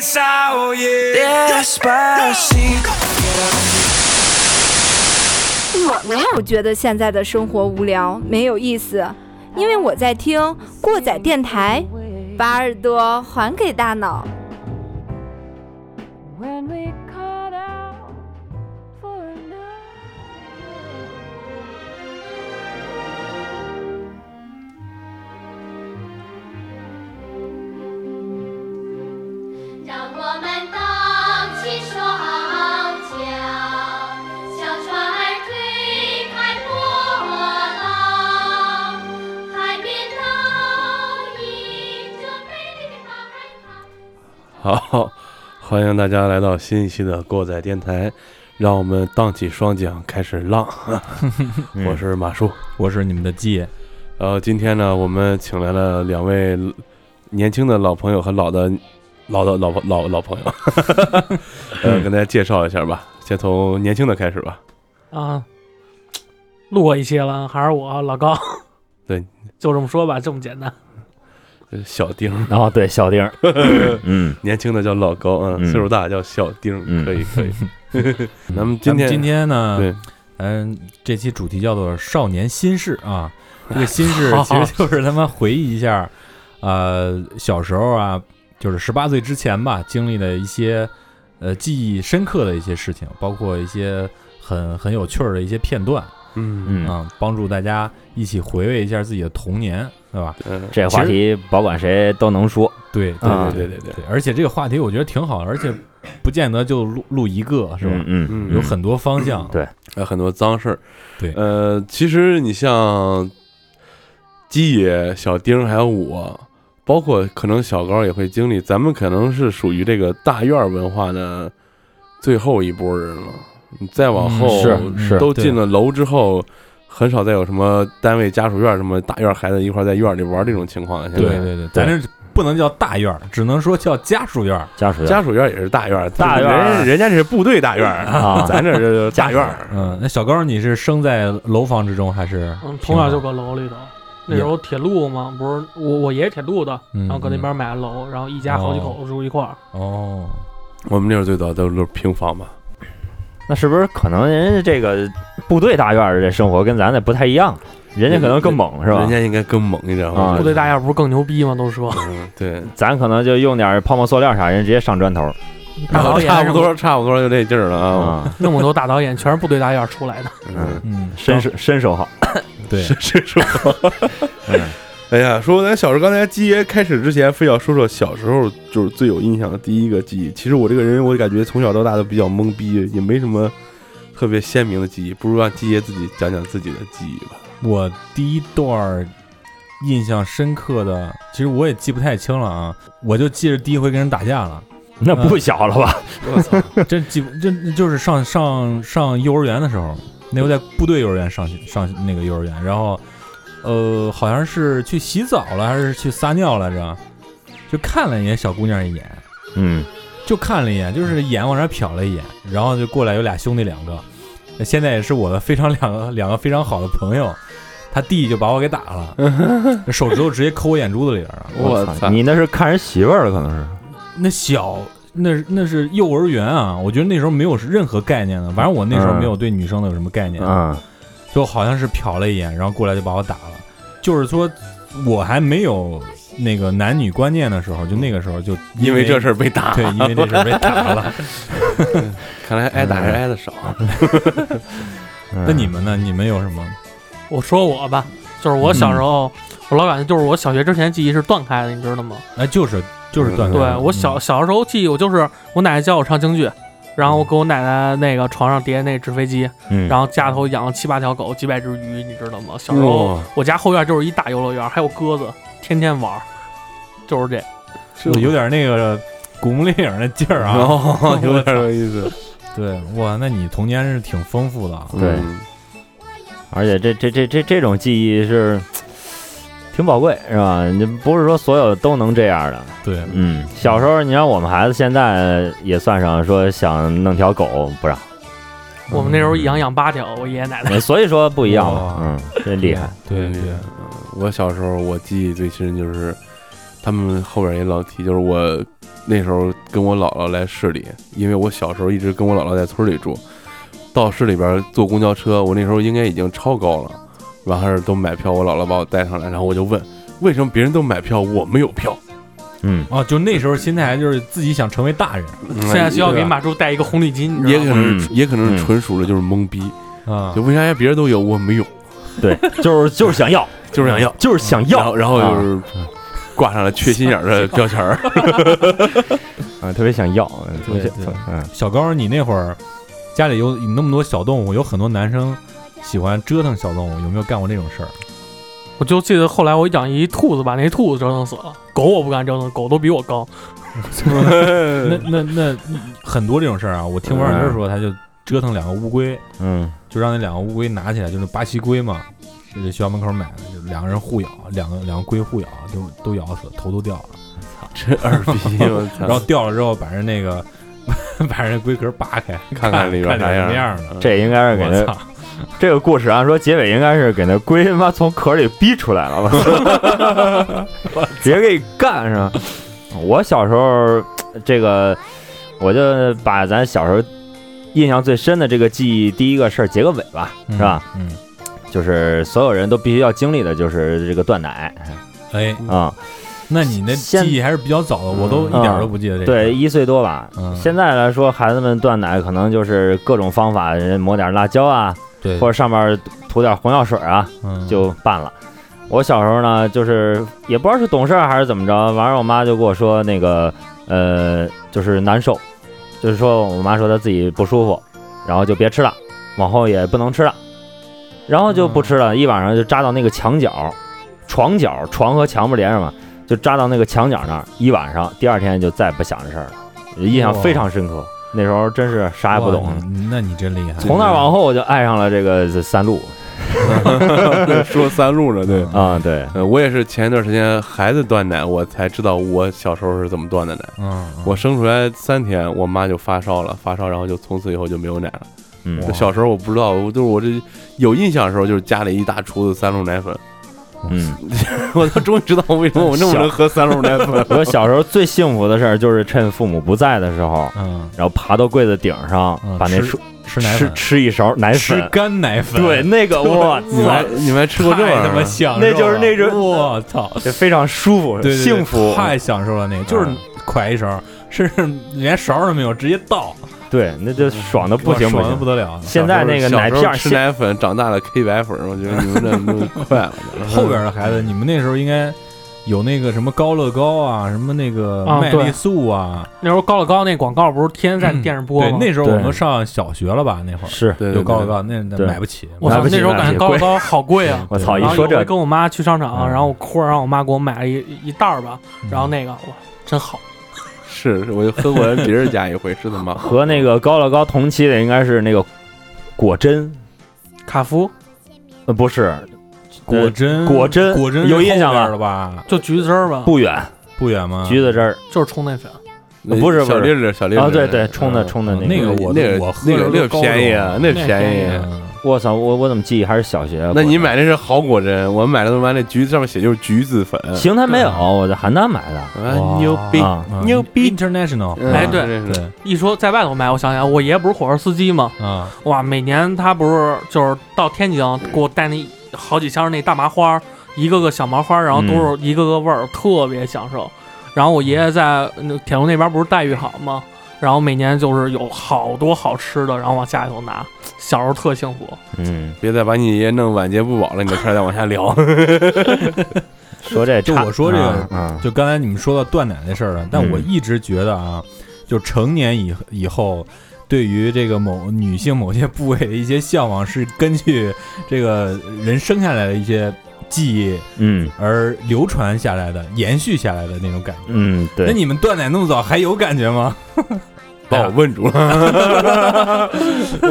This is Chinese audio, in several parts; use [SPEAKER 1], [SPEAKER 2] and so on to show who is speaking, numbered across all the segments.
[SPEAKER 1] Oh yeah, Despacito.
[SPEAKER 2] 我没有觉得现在的生活无聊没有意思，因为我在听过载电台，把耳朵还给大脑。
[SPEAKER 3] When we called out for a night.
[SPEAKER 4] 让我们荡起双桨，小船儿推开波浪，海面倒映着美丽的大海棠。
[SPEAKER 5] 好，欢迎大家来到新一期的过载电台，让我们荡起双桨，开始浪。我是马叔，
[SPEAKER 6] 我是你们的季，
[SPEAKER 5] 然后今天呢，我们请来了两位年轻的老朋友和老的老的老老老朋友，呃，跟大家介绍一下吧，先从年轻的开始吧。
[SPEAKER 7] 啊，录我一期了，还是我老高。
[SPEAKER 5] 对，
[SPEAKER 7] 就这么说吧，这么简单。
[SPEAKER 5] 呃小丁，
[SPEAKER 8] 然后对小 丁儿，
[SPEAKER 9] 嗯，
[SPEAKER 5] 年轻的叫老高，嗯，
[SPEAKER 9] 嗯
[SPEAKER 5] 岁数大叫小丁，
[SPEAKER 9] 嗯
[SPEAKER 5] 可以可以。咱们
[SPEAKER 6] 咱
[SPEAKER 5] 今
[SPEAKER 6] 们
[SPEAKER 5] 天
[SPEAKER 6] 今天呢，
[SPEAKER 5] 对，
[SPEAKER 6] 嗯，这期主题叫做“少年心事” 啊，这个心事其实就是他妈回忆一下，呃，小时候啊，就是十八岁之前吧，经历的一些呃记忆深刻的一些事情，包括一些很很有趣儿的一些片段
[SPEAKER 5] 嗯
[SPEAKER 9] 嗯
[SPEAKER 6] 啊，帮助大家一起回味一下自己的童年，对吧？
[SPEAKER 5] 嗯，
[SPEAKER 8] 这话题保管谁都能说，
[SPEAKER 6] 对
[SPEAKER 8] 啊
[SPEAKER 6] 对
[SPEAKER 5] 对对
[SPEAKER 6] 对
[SPEAKER 5] 对
[SPEAKER 6] 对，而且这个话题我觉得挺好的，而且不见得就录录一个，是吧？
[SPEAKER 9] 嗯
[SPEAKER 5] 嗯
[SPEAKER 6] 有很多方向，
[SPEAKER 8] 对
[SPEAKER 5] 还有很多脏事儿。
[SPEAKER 6] 对
[SPEAKER 5] 呃，其实你像鸡爷、小丁还有我，包括可能小高也会经历，咱们可能是属于这个大院儿文化的最后一波人了。你再往后、
[SPEAKER 8] 嗯是是
[SPEAKER 5] 都进了楼之后，很少再有什么单位家属院儿什么大院儿孩子一块儿在院儿里玩儿这种情况了。现
[SPEAKER 6] 对
[SPEAKER 5] 在
[SPEAKER 6] 对对，咱这不能叫大院儿，只能说叫家属院儿。
[SPEAKER 8] 家属
[SPEAKER 5] 家属院儿也是大院儿，
[SPEAKER 8] 大院儿
[SPEAKER 5] 人人家这是部队大院儿，
[SPEAKER 8] 啊
[SPEAKER 5] 咱这是大院儿。
[SPEAKER 6] 嗯，那小高，你是生在楼房之中还是？
[SPEAKER 7] 嗯，从小就搁楼里头。那时候铁路嘛，不是我我爷爷铁路的，
[SPEAKER 6] 嗯
[SPEAKER 7] 然哦后搁那边买了楼，然后一家好几口住一块儿。
[SPEAKER 5] 啊
[SPEAKER 6] 哦，
[SPEAKER 5] 我们那会儿最早都是平房嘛，
[SPEAKER 8] 那是不是可能人家这个部队大院儿的这生活跟咱这不太一样？人家可能更猛是吧
[SPEAKER 5] 人？家应该更猛一点。我觉
[SPEAKER 8] 啊
[SPEAKER 5] 得
[SPEAKER 7] 部队大院不是更牛逼吗？都 说
[SPEAKER 5] 嗯，对，
[SPEAKER 8] 咱可能就用点泡沫塑料啥，人直接上砖头
[SPEAKER 7] 大导演
[SPEAKER 5] 差
[SPEAKER 7] 是
[SPEAKER 5] 不多，差不多就这劲儿了啊。
[SPEAKER 8] 啊，
[SPEAKER 7] 那么多大导演全是部队大院出来的。
[SPEAKER 5] 嗯，
[SPEAKER 6] 嗯，
[SPEAKER 8] 身手身手好，
[SPEAKER 6] 对，
[SPEAKER 5] 是说， 哎呀，说咱小时候，刚才基爷开始之前，非要说说小时候就是最有印象的第一个记忆。其实我这个人，我感觉从小到大都比较懵逼，也没什么特别鲜明的记忆。不如让基爷自己讲讲自己的记忆吧。
[SPEAKER 6] 我第一段儿印象深刻的，其实我也记不太清了啊，我就记着第一回跟人打架了，
[SPEAKER 8] 那不小了吧？
[SPEAKER 5] 我操，
[SPEAKER 6] 真记不，真就是上上上幼儿园的时候，那回在部队幼儿园上学上那个幼儿园，然后呃，好像是去洗澡了还是去撒尿来着，就看了一眼小姑娘一眼，
[SPEAKER 8] 嗯，
[SPEAKER 6] 就看了一眼，就是眼往那儿瞟了一眼，然后就过来有俩兄弟两个，呃现在也是我的非常两个两个非常好的朋友，他弟就把我给打了，手指头直接抠我眼珠子里边了。
[SPEAKER 5] 我操，
[SPEAKER 8] 你那是看人媳妇儿了，可能是
[SPEAKER 6] 那小那那是幼儿园啊，我觉得那时候没有任何概念的，反正我那时
[SPEAKER 5] 嗯
[SPEAKER 6] 候没有对女生的有什么概念，
[SPEAKER 8] 嗯
[SPEAKER 6] 就好像是瞟了一眼，然后过来就把我打了，就是说我还没有那个男女观念的时候，就那个时候就
[SPEAKER 5] 因为这
[SPEAKER 6] 是
[SPEAKER 5] 事儿嗯被打，
[SPEAKER 6] 对，因为这事儿被打了。
[SPEAKER 5] 看来挨打还是挨的 少。
[SPEAKER 8] 嗯
[SPEAKER 6] 那你们呢？你们有什么？
[SPEAKER 7] 我说我吧，就是我
[SPEAKER 6] 嗯
[SPEAKER 7] 小时候，我老感觉就是我小学之前记忆是断开的，你知道吗？
[SPEAKER 6] 哎，就是就是断
[SPEAKER 5] 嗯嗯
[SPEAKER 6] 开
[SPEAKER 7] 对
[SPEAKER 6] 了。
[SPEAKER 7] 我小小时候记忆，我就是我奶奶教我唱京剧，然后我给我奶奶那个床上叠那纸飞机，
[SPEAKER 8] 嗯
[SPEAKER 7] 然后家头养了七八条狗，几百只鱼，你知道吗？小时候
[SPEAKER 5] 哇
[SPEAKER 7] 我家后院就是一大游乐园，还有鸽子，天天玩儿，就是这。
[SPEAKER 6] 嗯有点那个古墓丽影那劲儿啊。
[SPEAKER 5] 哦，有 点有意思。
[SPEAKER 6] 对，哇，那你童年是挺丰富的啊。
[SPEAKER 8] 对
[SPEAKER 5] 嗯
[SPEAKER 8] 而且这这这这这种记忆是挺宝贵，是吧？你不是说所有都能这样的。
[SPEAKER 6] 对，
[SPEAKER 8] 嗯，小时候你让我们孩子现在也算上，说想弄条狗不让，
[SPEAKER 7] 我们那时候一养养八条，我爷爷奶奶。
[SPEAKER 8] 所以说不一样嘛
[SPEAKER 6] 哇。
[SPEAKER 8] 嗯，这厉害。
[SPEAKER 6] 对
[SPEAKER 5] 对
[SPEAKER 6] 对，
[SPEAKER 5] 我小时候，我记忆最深就是他们后边也老提，就是我那时候跟我姥姥来市里，因为我小时候一直跟我姥姥在村里住，到市里边坐公交车，我那时候应该已经超高了，完事儿都买票，我姥姥把我带上来，然后我就问，为什么别人都买票，我没有票？
[SPEAKER 8] 嗯，
[SPEAKER 6] 哦，就那时候心态就是自己想成为大人
[SPEAKER 7] 现在需要给
[SPEAKER 5] 嗯
[SPEAKER 7] 马叔带一个红领巾，你知
[SPEAKER 5] 也
[SPEAKER 7] 道
[SPEAKER 5] 可
[SPEAKER 7] 吗
[SPEAKER 5] 能是
[SPEAKER 8] 嗯
[SPEAKER 5] 也可能是纯属的就是懵逼，
[SPEAKER 6] 啊
[SPEAKER 5] 就，为啥别人都有我没有，
[SPEAKER 8] 对，就是就是想要，
[SPEAKER 5] 就是想要，
[SPEAKER 8] 就是想
[SPEAKER 5] 然后
[SPEAKER 8] 要，
[SPEAKER 5] 然后就是挂上了缺心眼儿的标签儿，
[SPEAKER 8] 啊，特别想要，嗯
[SPEAKER 6] 对
[SPEAKER 8] 特
[SPEAKER 6] 对
[SPEAKER 8] 别想嗯，
[SPEAKER 6] 小高，你那会儿家里有那么多小动物，有很多男生喜欢折腾小动物，有没有干过那种事儿？
[SPEAKER 7] 我就记得后来我养一兔子，把那兔子折腾死了。狗我不敢折腾，狗都比我高。
[SPEAKER 6] 那那那很多这种事儿啊！我听王小军说，他就折腾两个乌龟，
[SPEAKER 8] 嗯，
[SPEAKER 6] 就让那两个乌龟拿起来，就是巴西龟嘛，是学校门口买的，就两个人互咬，两个两个龟互咬，都都咬死了，头都掉了，
[SPEAKER 5] 真二逼，哎我操！
[SPEAKER 6] 然后掉了之后，把人那个 把人那龟壳扒开，
[SPEAKER 5] 看
[SPEAKER 6] 看
[SPEAKER 5] 看里边啥
[SPEAKER 6] 什么
[SPEAKER 5] 样。
[SPEAKER 6] 样的。
[SPEAKER 8] 嗯这应该是给
[SPEAKER 6] 我
[SPEAKER 8] 那
[SPEAKER 6] 操！
[SPEAKER 8] 这个故事按说结尾应该是给那龟他妈从壳里逼出来了，我 操直接给你干上。我小时候这个，我就把咱小时候印象最深的这个记忆第一个事儿结个尾吧，是吧？
[SPEAKER 6] 嗯？
[SPEAKER 8] 就是所有人都必须要经历的，就是这个断奶
[SPEAKER 6] 嗯，哎，
[SPEAKER 8] 啊、
[SPEAKER 6] 那你那
[SPEAKER 8] 现
[SPEAKER 6] 记忆还是比较早的，我都一点儿都不记得这个。
[SPEAKER 8] 对，，一岁多吧。
[SPEAKER 6] 嗯
[SPEAKER 8] 现在来说，孩子们断奶可能就是各种方法，人抹点辣椒啊，
[SPEAKER 6] 对，
[SPEAKER 8] 或者上面涂点红药水啊，
[SPEAKER 6] 嗯
[SPEAKER 8] 就办了。我小时候呢，就是也不知道是懂事儿还是怎么着，完事儿我妈就跟我说那个呃，就是难受，就是说我妈说她自己不舒服，然后就别吃了，往后也不能吃了，然后就不吃了，一晚上就扎到那个墙角、床角，床和墙不连着嘛，就扎到那个墙角那儿一晚上，第二天就再也不想这事儿了，印象非常深刻。那时候真是啥也不懂啊
[SPEAKER 6] 哇，你那你真厉害。
[SPEAKER 8] 从那往后我就爱上了这个三鹿
[SPEAKER 5] 说三路呢，对。
[SPEAKER 8] 啊、对，
[SPEAKER 5] 呃，我也是前一段时间孩子断奶，我才知道我小时候是怎么断的奶。
[SPEAKER 6] 嗯，嗯
[SPEAKER 5] 我生出来三天，我妈就发烧了，发烧，然后就从此以后就没有奶了。
[SPEAKER 8] 嗯
[SPEAKER 5] 就小时候我不知道，我就是我这有印象的时候，就是家里一大厨子三鹿奶粉，
[SPEAKER 8] 嗯。
[SPEAKER 5] 我都终于知道为什么我那么能喝三鹿奶粉了。
[SPEAKER 8] 我小时候最幸福的事儿就是趁父母不在的时候，
[SPEAKER 6] 嗯，
[SPEAKER 8] 然后爬到柜子顶上，
[SPEAKER 6] 嗯
[SPEAKER 8] 把那
[SPEAKER 6] 吃
[SPEAKER 8] 书
[SPEAKER 6] 吃奶
[SPEAKER 8] 吃
[SPEAKER 6] 粉，
[SPEAKER 8] 吃一勺奶
[SPEAKER 6] 吃
[SPEAKER 8] 粉，
[SPEAKER 6] 干奶粉，
[SPEAKER 8] 对，，那个哇
[SPEAKER 5] 你们还
[SPEAKER 8] 塞，
[SPEAKER 5] 你们还吃过这玩意
[SPEAKER 6] 太他妈
[SPEAKER 5] 儿？
[SPEAKER 6] 享受了，
[SPEAKER 8] 那就是那种
[SPEAKER 6] 我操，
[SPEAKER 8] 这非常舒服，
[SPEAKER 6] 对对对
[SPEAKER 8] 幸福，嗯
[SPEAKER 6] 太享受了，那个就是㧟一勺，甚至 连勺都没有，直接倒，
[SPEAKER 8] 对，那就爽的不行
[SPEAKER 6] 哇
[SPEAKER 8] 不
[SPEAKER 6] 爽的不
[SPEAKER 8] 行。
[SPEAKER 6] 得了。
[SPEAKER 8] 现在那个
[SPEAKER 5] 小时
[SPEAKER 8] 奶
[SPEAKER 5] 候
[SPEAKER 8] 片儿，
[SPEAKER 5] 吃
[SPEAKER 8] 现
[SPEAKER 5] 奶粉，长大了 K 白粉，我觉得你们这都快了。
[SPEAKER 6] 后边的孩子，你们那时候应该有那个什么高乐高啊，什么那个
[SPEAKER 7] 啊
[SPEAKER 6] 麦
[SPEAKER 7] 对
[SPEAKER 6] 丽素啊，
[SPEAKER 7] 那时候高乐高那广告不是天天在电视播
[SPEAKER 6] 对
[SPEAKER 7] 吗，？
[SPEAKER 6] 那时候我们
[SPEAKER 8] 对
[SPEAKER 6] 上小学了吧？那会儿
[SPEAKER 8] 是
[SPEAKER 5] 对
[SPEAKER 6] 有高乐，
[SPEAKER 5] 对对
[SPEAKER 6] 高，那那
[SPEAKER 8] 对
[SPEAKER 6] 买不起，
[SPEAKER 7] 我操，
[SPEAKER 8] 买不起
[SPEAKER 7] 那时候感觉高乐高好贵啊！
[SPEAKER 8] 我操！一
[SPEAKER 7] 然后
[SPEAKER 8] 说
[SPEAKER 7] 有
[SPEAKER 8] 这
[SPEAKER 7] 回跟我妈去商场，
[SPEAKER 6] 嗯
[SPEAKER 7] 然后我哭着让我妈给我买了一一袋儿吧，然后那个哇，真好。
[SPEAKER 5] 是，是我就喝过别人家一回，是的 吗？
[SPEAKER 8] 和那个高乐高同期的应该是那个果真，
[SPEAKER 7] 卡夫
[SPEAKER 8] 呃，不是
[SPEAKER 6] 果真
[SPEAKER 8] 果真
[SPEAKER 6] 果真
[SPEAKER 8] 有印象吧
[SPEAKER 6] 了吧？
[SPEAKER 7] 就橘子汁儿吧，
[SPEAKER 8] 不远，
[SPEAKER 6] 不远吗？
[SPEAKER 8] 橘子汁儿
[SPEAKER 7] 就是冲那粉，
[SPEAKER 5] 那
[SPEAKER 8] 不是不是
[SPEAKER 5] 小粒儿的小粒儿的
[SPEAKER 8] 啊，对对，冲的
[SPEAKER 5] 嗯
[SPEAKER 8] 冲的
[SPEAKER 6] 嗯
[SPEAKER 8] 那
[SPEAKER 6] 那
[SPEAKER 8] 个
[SPEAKER 6] 个，我
[SPEAKER 5] 那个
[SPEAKER 6] 我喝
[SPEAKER 5] 那个
[SPEAKER 6] 的
[SPEAKER 5] 那
[SPEAKER 6] 都
[SPEAKER 5] 个
[SPEAKER 6] 是高
[SPEAKER 5] 便宜
[SPEAKER 6] 中
[SPEAKER 5] 啊，那便宜。
[SPEAKER 6] 嗯
[SPEAKER 8] 我操，我我怎么记忆还是小学？
[SPEAKER 5] 那你买那是好果真，我买的他妈那橘子上面写就是橘子粉，
[SPEAKER 8] 邢台没有，我在邯郸买的。
[SPEAKER 5] 啊牛逼！
[SPEAKER 8] 啊，
[SPEAKER 6] 嗯
[SPEAKER 5] 牛逼
[SPEAKER 6] ，International，
[SPEAKER 5] 嗯
[SPEAKER 7] 哎对
[SPEAKER 5] 真是
[SPEAKER 6] 对
[SPEAKER 7] 一说在外头买，我想想，我爷不是火车司机吗？
[SPEAKER 6] 啊，
[SPEAKER 7] 哇，每年他不是就是到天津给我带那好几箱那大麻花儿，一个个小麻花儿，然后
[SPEAKER 5] 嗯
[SPEAKER 7] 都是一个个味儿，特别享受。然后我爷爷在那铁路那边不是待遇好吗？然后每年就是有好多好吃的，然后往家里头拿。小时候特幸福，
[SPEAKER 8] 嗯，
[SPEAKER 5] 别再把你爷爷弄晚节不保了，你这事儿再往下 聊。
[SPEAKER 8] 说这
[SPEAKER 6] 就
[SPEAKER 8] 差
[SPEAKER 6] 我说这个
[SPEAKER 8] 啊啊
[SPEAKER 6] 就刚才你们说到断奶那事儿了，但
[SPEAKER 8] 嗯
[SPEAKER 6] 我一直觉得啊，就成年以以后。对于这个某女性某些部位的一些向往，是根据这个人生下来的一些记忆
[SPEAKER 8] 嗯
[SPEAKER 6] 而流传下来的、延续下来的那种感觉。
[SPEAKER 8] 嗯，
[SPEAKER 6] 那
[SPEAKER 8] 对，
[SPEAKER 6] 你们断奶那么早，还有感觉吗？
[SPEAKER 5] 把我问住了。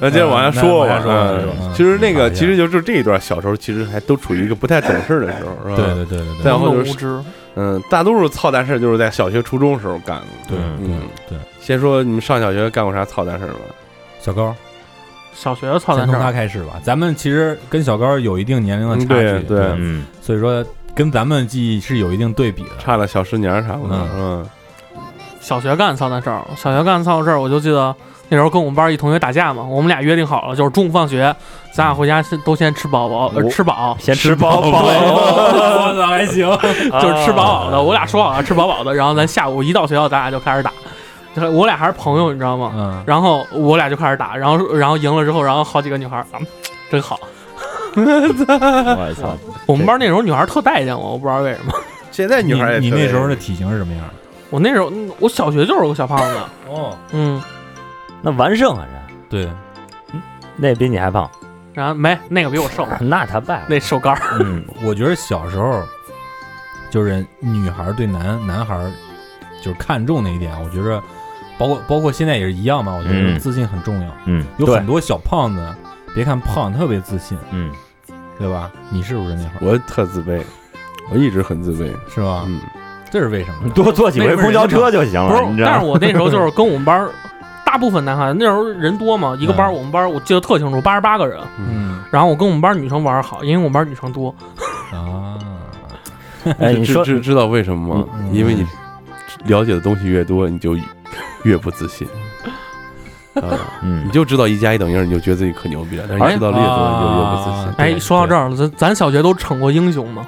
[SPEAKER 5] 那接着往下说吧
[SPEAKER 6] 嗯那往下说往下说
[SPEAKER 5] 嗯
[SPEAKER 6] 嗯
[SPEAKER 5] 其实那个，
[SPEAKER 6] 嗯
[SPEAKER 5] 其实就是这一段小时候，其实还都处于一个不太懂事儿的时候，是吧？
[SPEAKER 6] 对对对对
[SPEAKER 5] 再
[SPEAKER 6] 对
[SPEAKER 5] 往后
[SPEAKER 7] 懵
[SPEAKER 5] 就
[SPEAKER 7] 懂
[SPEAKER 5] 是
[SPEAKER 7] 无知。
[SPEAKER 5] 嗯，大多数操蛋事儿就是在小学、初中时候干的。
[SPEAKER 6] 对
[SPEAKER 5] 嗯
[SPEAKER 6] 对对。
[SPEAKER 5] 先说你们上小学干过啥操蛋事儿吧。
[SPEAKER 6] 小高，
[SPEAKER 7] 小学的操
[SPEAKER 6] 先
[SPEAKER 7] 蛋
[SPEAKER 6] 从
[SPEAKER 7] 事
[SPEAKER 6] 他
[SPEAKER 7] 儿，
[SPEAKER 6] 开始吧。咱们其实跟小高有一定年龄的差距，
[SPEAKER 5] 嗯对对
[SPEAKER 8] 嗯
[SPEAKER 6] 所以说跟咱们记忆是有一定对比的。
[SPEAKER 5] 差了小十年啥的，嗯，
[SPEAKER 7] 小学干操那事儿，小学干操的事儿，我就记得那时候跟我们班一同学打架嘛，我们俩约定好了，就是中午放学，咱俩回家先都先吃饱饱，呃，
[SPEAKER 8] 我
[SPEAKER 7] 吃饱，
[SPEAKER 8] 先吃嗯 饱 饱，
[SPEAKER 6] 我操， 还行，
[SPEAKER 7] 就是吃饱饱的。
[SPEAKER 8] 啊
[SPEAKER 7] 我俩说好了吃饱饱的，然后咱下午一到学校，咱俩就开始打。我俩还是朋友，你知道吗？
[SPEAKER 6] 嗯，
[SPEAKER 7] 然后我俩就开始打，然后然后赢了之后，然后好几个女孩儿，啊真好。
[SPEAKER 8] 我操，
[SPEAKER 7] 我们班那时候女孩儿特待见我，我不知道为什么。
[SPEAKER 5] 现在女
[SPEAKER 6] 你
[SPEAKER 5] 孩也
[SPEAKER 6] 你
[SPEAKER 5] 特别
[SPEAKER 6] 那时候的体型是什么样？
[SPEAKER 7] 我那时候嗯我小学就是个小胖子，
[SPEAKER 6] 哦，
[SPEAKER 7] 嗯，
[SPEAKER 8] 那完胜啊这，
[SPEAKER 6] 对，
[SPEAKER 8] 那比你还胖，
[SPEAKER 7] 然后没那个比我瘦，
[SPEAKER 8] 那他败了，
[SPEAKER 7] 那瘦杆儿。
[SPEAKER 8] 嗯，
[SPEAKER 6] 我觉得小时候就是女孩对男男孩就是看重那一点，我觉着包括包括现在也是一样嘛，我觉得
[SPEAKER 8] 嗯
[SPEAKER 6] 自信很重要。
[SPEAKER 8] 嗯，
[SPEAKER 6] 有
[SPEAKER 8] 对
[SPEAKER 6] 很，多小胖子，别看胖，特别自信，
[SPEAKER 8] 嗯，
[SPEAKER 6] 对吧？你是不是那会儿
[SPEAKER 5] 我特自卑，我一直很自卑，
[SPEAKER 6] 是吧？
[SPEAKER 5] 嗯，
[SPEAKER 6] 这是为什么
[SPEAKER 8] 你
[SPEAKER 6] 呢？
[SPEAKER 8] 多坐几回公交车就行
[SPEAKER 7] 不
[SPEAKER 8] 了，你
[SPEAKER 7] 是，
[SPEAKER 8] 知
[SPEAKER 7] 但
[SPEAKER 8] 道
[SPEAKER 7] 是
[SPEAKER 8] 吗？
[SPEAKER 7] 我那时候就是跟我们班儿大部分男孩，子，那时候人多嘛，一个班儿
[SPEAKER 6] 嗯
[SPEAKER 7] 我们班儿我记得特清楚，八十八个人。
[SPEAKER 6] 嗯
[SPEAKER 7] 然后我跟我们班儿女生玩儿好，因为我们班儿女生多，
[SPEAKER 6] 啊，
[SPEAKER 8] 哎，
[SPEAKER 5] 知
[SPEAKER 8] 你说
[SPEAKER 5] 知知道为什么吗？
[SPEAKER 6] 嗯
[SPEAKER 5] 因为你了解的东西越多，你就 越不自 信。啊，
[SPEAKER 8] 嗯
[SPEAKER 5] 你，就知道一加一等于二，你就觉得自己可牛逼了。但是
[SPEAKER 6] 哎
[SPEAKER 5] 你知道的越多，你就越不自信
[SPEAKER 6] 啊。
[SPEAKER 7] 哎，
[SPEAKER 6] 对
[SPEAKER 7] 说到这儿了，咱咱小学都逞过英雄吗？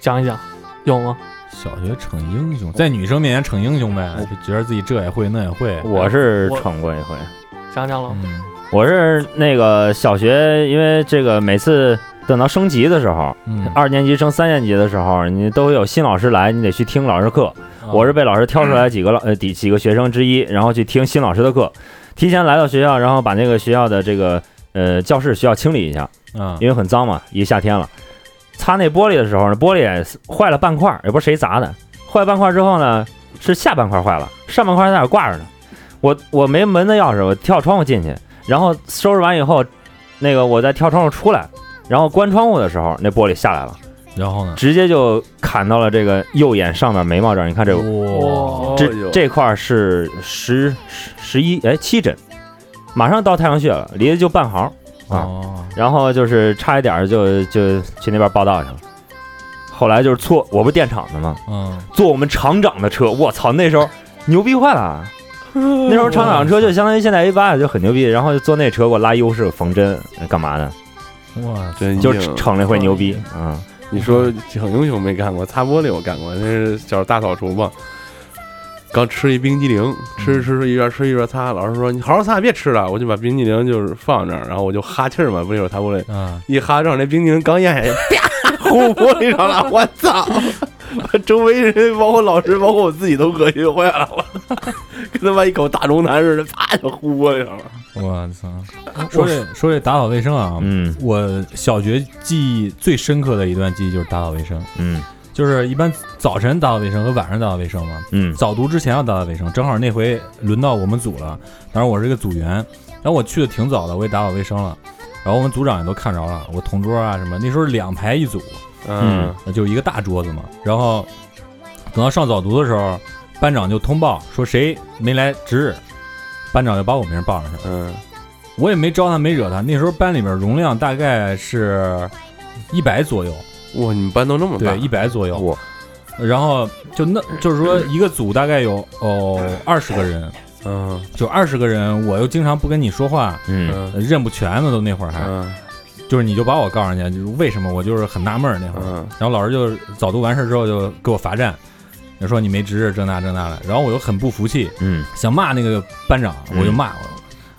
[SPEAKER 7] 讲一讲，有吗？
[SPEAKER 6] 小学逞英雄，在女生面前逞英雄呗，就觉得自己这也会那也会。
[SPEAKER 8] 嗯我是
[SPEAKER 7] 我
[SPEAKER 8] 闯过一回，
[SPEAKER 7] 讲讲了。
[SPEAKER 6] 嗯
[SPEAKER 8] 我是那个小学，因为这个每次等到升级的时候，
[SPEAKER 6] 嗯，
[SPEAKER 8] 二年级升三年级的时候，你都有新老师来，你得去听老师课。
[SPEAKER 6] 啊嗯
[SPEAKER 8] 我是被老师挑出来几个老呃几几个学生之一，然后去听新老师的课，提前来到学校，然后把那个学校的这个呃教室需要清理一下，
[SPEAKER 6] 啊
[SPEAKER 8] 因为很脏嘛，一夏天了。擦那玻璃的时候呢，玻璃坏了半块儿，也不知道谁砸的，坏半块儿之后呢，是下半块儿坏了，上半块儿在那儿挂着呢。我我没门的钥匙，我跳窗户进去，然后收拾完以后，那个我再跳窗户出来，然后关窗户的时候，那玻璃下来了，
[SPEAKER 6] 然后呢？
[SPEAKER 8] 直接就砍到了这个右眼上面眉毛这儿。你看这
[SPEAKER 7] 哦
[SPEAKER 6] 哇，
[SPEAKER 5] 哎呦
[SPEAKER 8] 这这块儿是十十十一哎七针，马上到太阳穴了，离得就半行。啊
[SPEAKER 6] 哦，
[SPEAKER 8] 然后就是差一点儿就就去那边报道去了。后来就是坐，我不是电厂的吗？
[SPEAKER 6] 嗯，
[SPEAKER 8] 坐我们厂长的车，我操，那时候牛逼坏了。那时候厂长车就相当于现在 A 八就很牛逼，然后就坐那车给我拉优势缝针哎干嘛的，
[SPEAKER 6] 哇，
[SPEAKER 5] 真
[SPEAKER 8] 就
[SPEAKER 5] 硬
[SPEAKER 8] 逞了一回牛逼啊！
[SPEAKER 5] 你说抢英雄没干过，擦玻璃我干过，那是小时候大扫除嘛。刚吃一冰激凌，吃着吃着一边吃一边擦，老师说你好好擦，别吃了。我就把冰激凌就是放那儿，然后 我就哈气儿嘛，不是有擦玻璃，
[SPEAKER 6] 嗯，
[SPEAKER 5] 一哈正好那冰激凌刚咽下去，啪呼玻璃上了，我操！把周围人包括老师包括我自己都恶心坏了，我操 跟他妈一口大龙痰似的，啪就呼玻璃上了。
[SPEAKER 6] 我操！说这说这打扫卫生啊，
[SPEAKER 8] 嗯
[SPEAKER 6] 我小学记忆最深刻的一段记忆就是打扫卫生，
[SPEAKER 8] 嗯
[SPEAKER 6] 就是一般早晨打扫卫生和晚上打扫卫生嘛。
[SPEAKER 8] 嗯
[SPEAKER 6] 早读之前要打扫卫生，正好那回轮到我们组了，当时我是一个组员，然后我去的挺早的，我也打扫卫生了，然后我们组长也都看着了，我同桌啊什么，那时候两排一组，
[SPEAKER 8] 嗯
[SPEAKER 6] 就一个大桌子嘛。然后等到上早读的时候，班长就通报说谁没来值日，班长就把我名报上去了。
[SPEAKER 5] 嗯
[SPEAKER 6] 我也没招他，没惹他。那时候班里边容量大概是一百左右，
[SPEAKER 5] 嗯，哇，你们班都那么大
[SPEAKER 6] 对，，一百左右。
[SPEAKER 8] 哇
[SPEAKER 6] 然后就那就是说一个组大概有哦二十个人，
[SPEAKER 5] 嗯
[SPEAKER 6] 就二十个人，我又经常不跟你说话，
[SPEAKER 8] 嗯
[SPEAKER 5] 嗯
[SPEAKER 6] 认不全了都那会儿还，
[SPEAKER 5] 嗯
[SPEAKER 6] 就是你就把我告上去，就是为什么我就是很纳闷儿那会儿。
[SPEAKER 5] 嗯
[SPEAKER 6] 然后老师就早读完事儿之后就给我罚站，就说你没值日这那这那的。然后我又很不服气，
[SPEAKER 8] 嗯
[SPEAKER 6] 想骂那个班长，
[SPEAKER 8] 嗯
[SPEAKER 6] 我就骂我，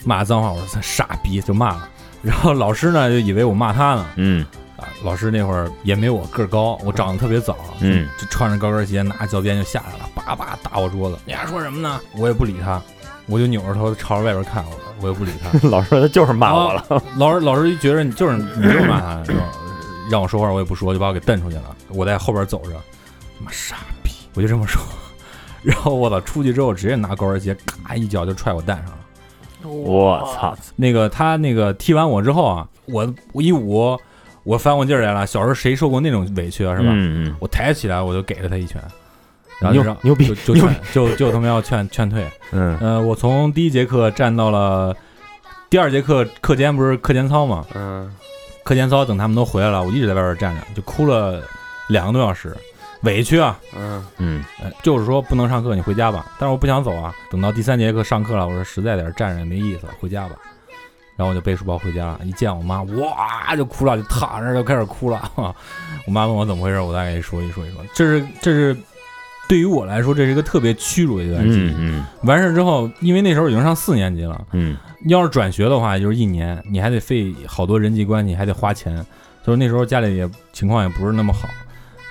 [SPEAKER 6] 骂脏话，我说 他傻逼就骂了。然后老师呢就以为我骂他呢，
[SPEAKER 8] 嗯
[SPEAKER 6] 啊，老师那会儿也没我个儿高，我长得特别早，
[SPEAKER 8] 嗯
[SPEAKER 6] 就穿着高跟鞋拿脚鞭就下来了，叭叭打我桌子。你还说什么呢？我也不理他，我就扭着头朝着外边看，我我也不理他。
[SPEAKER 8] 嗯，老师说他就是 骂我了，
[SPEAKER 6] 老师老师就觉得你就是你就是骂他，然后让我说话我也不说，就把我给蹬出去了。我在后边走着，妈傻逼，我就这么说。然后我操，出去之后直接拿高跟鞋咔一脚就踹我蛋上了。
[SPEAKER 8] 我操！
[SPEAKER 6] 那个他那个踢完我之后啊，我我一捂，我翻过劲儿来了。小时候谁受过那种委屈啊，是吧？
[SPEAKER 8] 嗯
[SPEAKER 6] 我抬起来我就给了他一拳，然后就
[SPEAKER 8] 牛
[SPEAKER 6] 让
[SPEAKER 8] 牛逼
[SPEAKER 6] 就就
[SPEAKER 8] 牛
[SPEAKER 6] 劝就就他妈要劝劝退。
[SPEAKER 8] 嗯
[SPEAKER 6] 呃，我从第一节课站到了第二节课课间，不是课间操嘛？
[SPEAKER 5] 嗯
[SPEAKER 6] 课间操等他们都回来了，我一直在外边站着，就哭了两个多小时，委屈啊！
[SPEAKER 5] 嗯，
[SPEAKER 8] 嗯，
[SPEAKER 6] 哎就是说不能上课，你回家吧。但是我不想走啊，等到第三节课上课了，我说实在点儿站着也没意思，回家吧。然后我就背书包回家了，一见我妈，哇就哭了，就躺那儿就开始哭了。 我妈问我怎么回事，我大概一说一说一说，这是这是对于我来说，这是一个特别屈辱的一段记忆。
[SPEAKER 8] 嗯
[SPEAKER 6] 完事儿之后，因为那时候已经上四年级了，
[SPEAKER 8] 嗯
[SPEAKER 6] 要是转学的话，就是一年，你还得费好多人际关系，还得花钱。就是那时候家里也情况也不是那么好，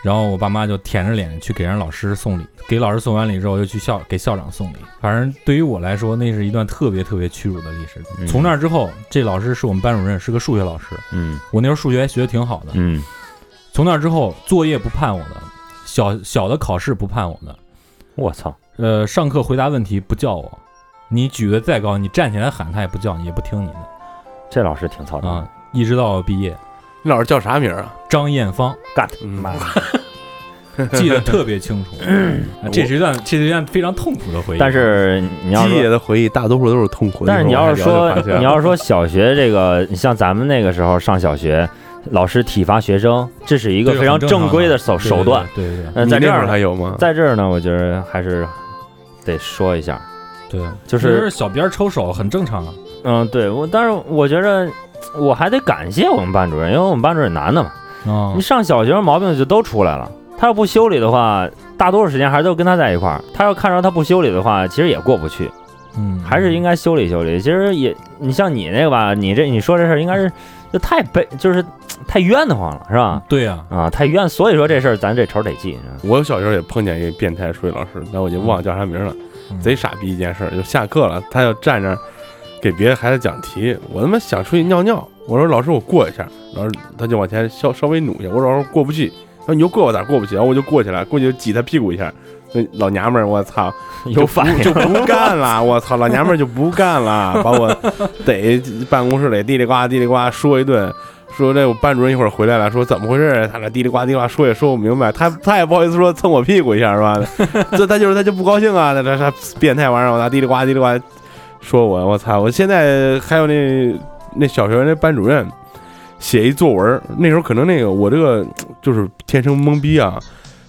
[SPEAKER 6] 然后我爸妈就舔着脸去给人老师送礼，给老师送完礼之后又去校给校长送礼。反正对于我来说，那是一段特别特别屈辱的历史。
[SPEAKER 8] 嗯
[SPEAKER 6] 从那之后，这老师是我们班主任，是个数学老师。
[SPEAKER 8] 嗯
[SPEAKER 6] 我那时候数学学的挺好的，
[SPEAKER 8] 嗯
[SPEAKER 6] 从那之后作业不判我的，小小的考试不判我的，
[SPEAKER 8] 我操，
[SPEAKER 6] 呃，上课回答问题不叫我，你举得再高，你站起来喊他也不叫你，也不听你的。
[SPEAKER 8] 这老师挺操蛋
[SPEAKER 6] 啊，一直到我毕业，
[SPEAKER 5] 那老师叫啥名儿啊？
[SPEAKER 6] 张艳 芳
[SPEAKER 8] ，God，
[SPEAKER 5] 嗯
[SPEAKER 8] 妈的！
[SPEAKER 6] 记得特别 清楚，啊这是一段这是一段非常痛苦的回忆。
[SPEAKER 8] 但是你要
[SPEAKER 5] 基爷
[SPEAKER 8] 说，
[SPEAKER 5] 的回忆大多数都是痛苦的。
[SPEAKER 8] 但是你要是
[SPEAKER 5] 一会儿我还聊
[SPEAKER 8] 说
[SPEAKER 5] 着发现
[SPEAKER 8] 你要是说小学这个，你像咱们那个时候上小学，老师体罚学生，这是一
[SPEAKER 6] 一
[SPEAKER 8] 个非常正规的手手段。，
[SPEAKER 6] 对对对
[SPEAKER 5] 你
[SPEAKER 8] 那呃在
[SPEAKER 5] 那
[SPEAKER 8] 这
[SPEAKER 5] 会
[SPEAKER 8] 儿
[SPEAKER 5] 儿还
[SPEAKER 8] 呢，
[SPEAKER 5] 有吗？
[SPEAKER 8] 在这儿呢，我觉得还是得说一下，
[SPEAKER 6] 对对，
[SPEAKER 8] 就
[SPEAKER 6] 其实
[SPEAKER 8] 是
[SPEAKER 6] 小边抽手很正常啊。
[SPEAKER 8] 嗯，对我，但是我觉着我还得感谢我们班主任，因为我们班主任男的嘛。
[SPEAKER 6] 啊
[SPEAKER 8] 你，上小学毛病就都出来了。他要不修理的话，大多数时间还是都跟他在一块儿。他要看着他不修理的话，其实也过不去，
[SPEAKER 6] 嗯，
[SPEAKER 8] 还是应该修理修理。其实也，你像你那个吧，你这你说这事儿应该是就太悲，就是太冤得慌了，是吧？
[SPEAKER 6] 嗯对呀，
[SPEAKER 8] 啊，太冤，所以说这事儿咱这仇得记。嗯
[SPEAKER 5] 我小时候也碰见一个变态数学老师，但我已经忘了叫啥名了，
[SPEAKER 6] 嗯
[SPEAKER 5] 贼傻逼一件事儿，就下课了，他要站那儿给别的孩子讲题，我他妈想出去尿尿，我说老师我过一下，老师他就往前稍稍微努一下，我说老师过不去，他说你就过吧，咋过不去？然后我就过去了，过去就挤他屁股一下，那老娘们儿我操，
[SPEAKER 8] 有反 应，
[SPEAKER 5] 就不干了，我操，老娘们儿就不干了，把 我逮办公室里叽里呱叽里呱说一顿，说这我班主任一会儿回来了，说怎么回事儿？他那叽里呱叽里呱说也说不明白，他他也不好意思说蹭我屁股一下是吧？这他就是他就不高兴啊，那那他变态玩意儿，我拿叽里呱叽里呱说我，我操！我现在还有那那小学那班主任写一作文儿，那时候可能那个我这个就是天生懵逼啊。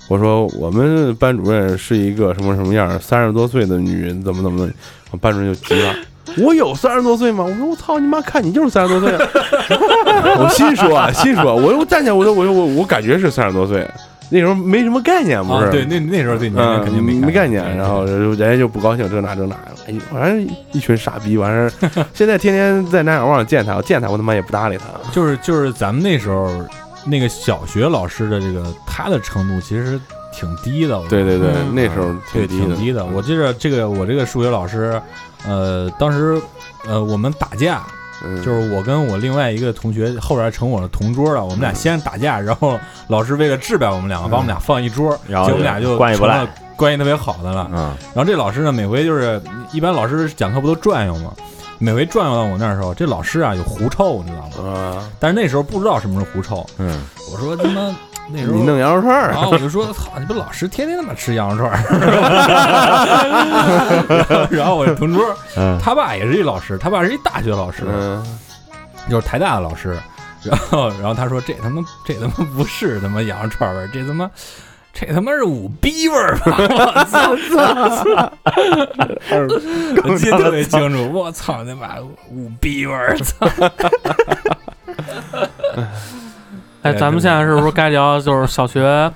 [SPEAKER 5] 我说我们班主任是一个什么什么样儿，三十多岁的女人，怎么怎么的，我班主任就急 了。我有三十多岁吗？我说我操你妈，看你就是三十多岁啊， 我心说啊心说，我又站起来，我说我我我感觉是三十多岁，那时候没什么概念，不是？
[SPEAKER 6] 啊，对，那那时候对年龄
[SPEAKER 5] 嗯，
[SPEAKER 6] 肯定
[SPEAKER 5] 没
[SPEAKER 6] 概
[SPEAKER 5] 概念，然后人家就不高兴，这那这那，哎，反正一群傻逼，完事儿，现在天天在南小望见他，我见他我他妈也不搭理他，
[SPEAKER 6] 就是就是咱们那时候那个小学老师的这个他的程度其实挺低的，我
[SPEAKER 5] 对对对，
[SPEAKER 7] 嗯
[SPEAKER 5] 那时候
[SPEAKER 6] 对，
[SPEAKER 5] 挺低
[SPEAKER 6] 挺
[SPEAKER 5] 的，
[SPEAKER 6] 低的。我记着这个我这个数学老师，呃，当时呃我们打架。
[SPEAKER 5] 嗯，
[SPEAKER 6] 就是我跟我另外一个同学后边成我的同桌了，我们俩先打架，然后老师为了治表我们两个，把我们俩放一桌，
[SPEAKER 8] 然后
[SPEAKER 6] 结果我们俩就
[SPEAKER 8] 嗯关系不赖
[SPEAKER 6] 成了。关系特别好的了。
[SPEAKER 8] 嗯，
[SPEAKER 6] 然后这老师呢，每回就是一般老师讲课不都转悠吗？每回转悠到我那儿的时候，这老师啊有狐臭，你知道吗？
[SPEAKER 5] 啊，
[SPEAKER 6] 但是那时候不知道什么是狐臭，
[SPEAKER 8] 嗯，
[SPEAKER 6] 我说他 妈那时候
[SPEAKER 5] 你弄羊肉串儿啊
[SPEAKER 6] 然，后我就说：“操，你不老师天天他妈吃羊肉串儿。然后” 然后我同桌，
[SPEAKER 8] 嗯
[SPEAKER 6] 他爸也是一老师，他爸是一大学老师，
[SPEAKER 5] 嗯，
[SPEAKER 6] 就是台大的老师。 然后，然后他说：“这他妈，这他妈不是他妈羊肉串味儿，这他妈，这他妈是五逼味儿 吧！”我操！我记得特别清楚，我操那把五逼味儿！操！
[SPEAKER 7] 哎，咱们现在是不是该聊就是小学？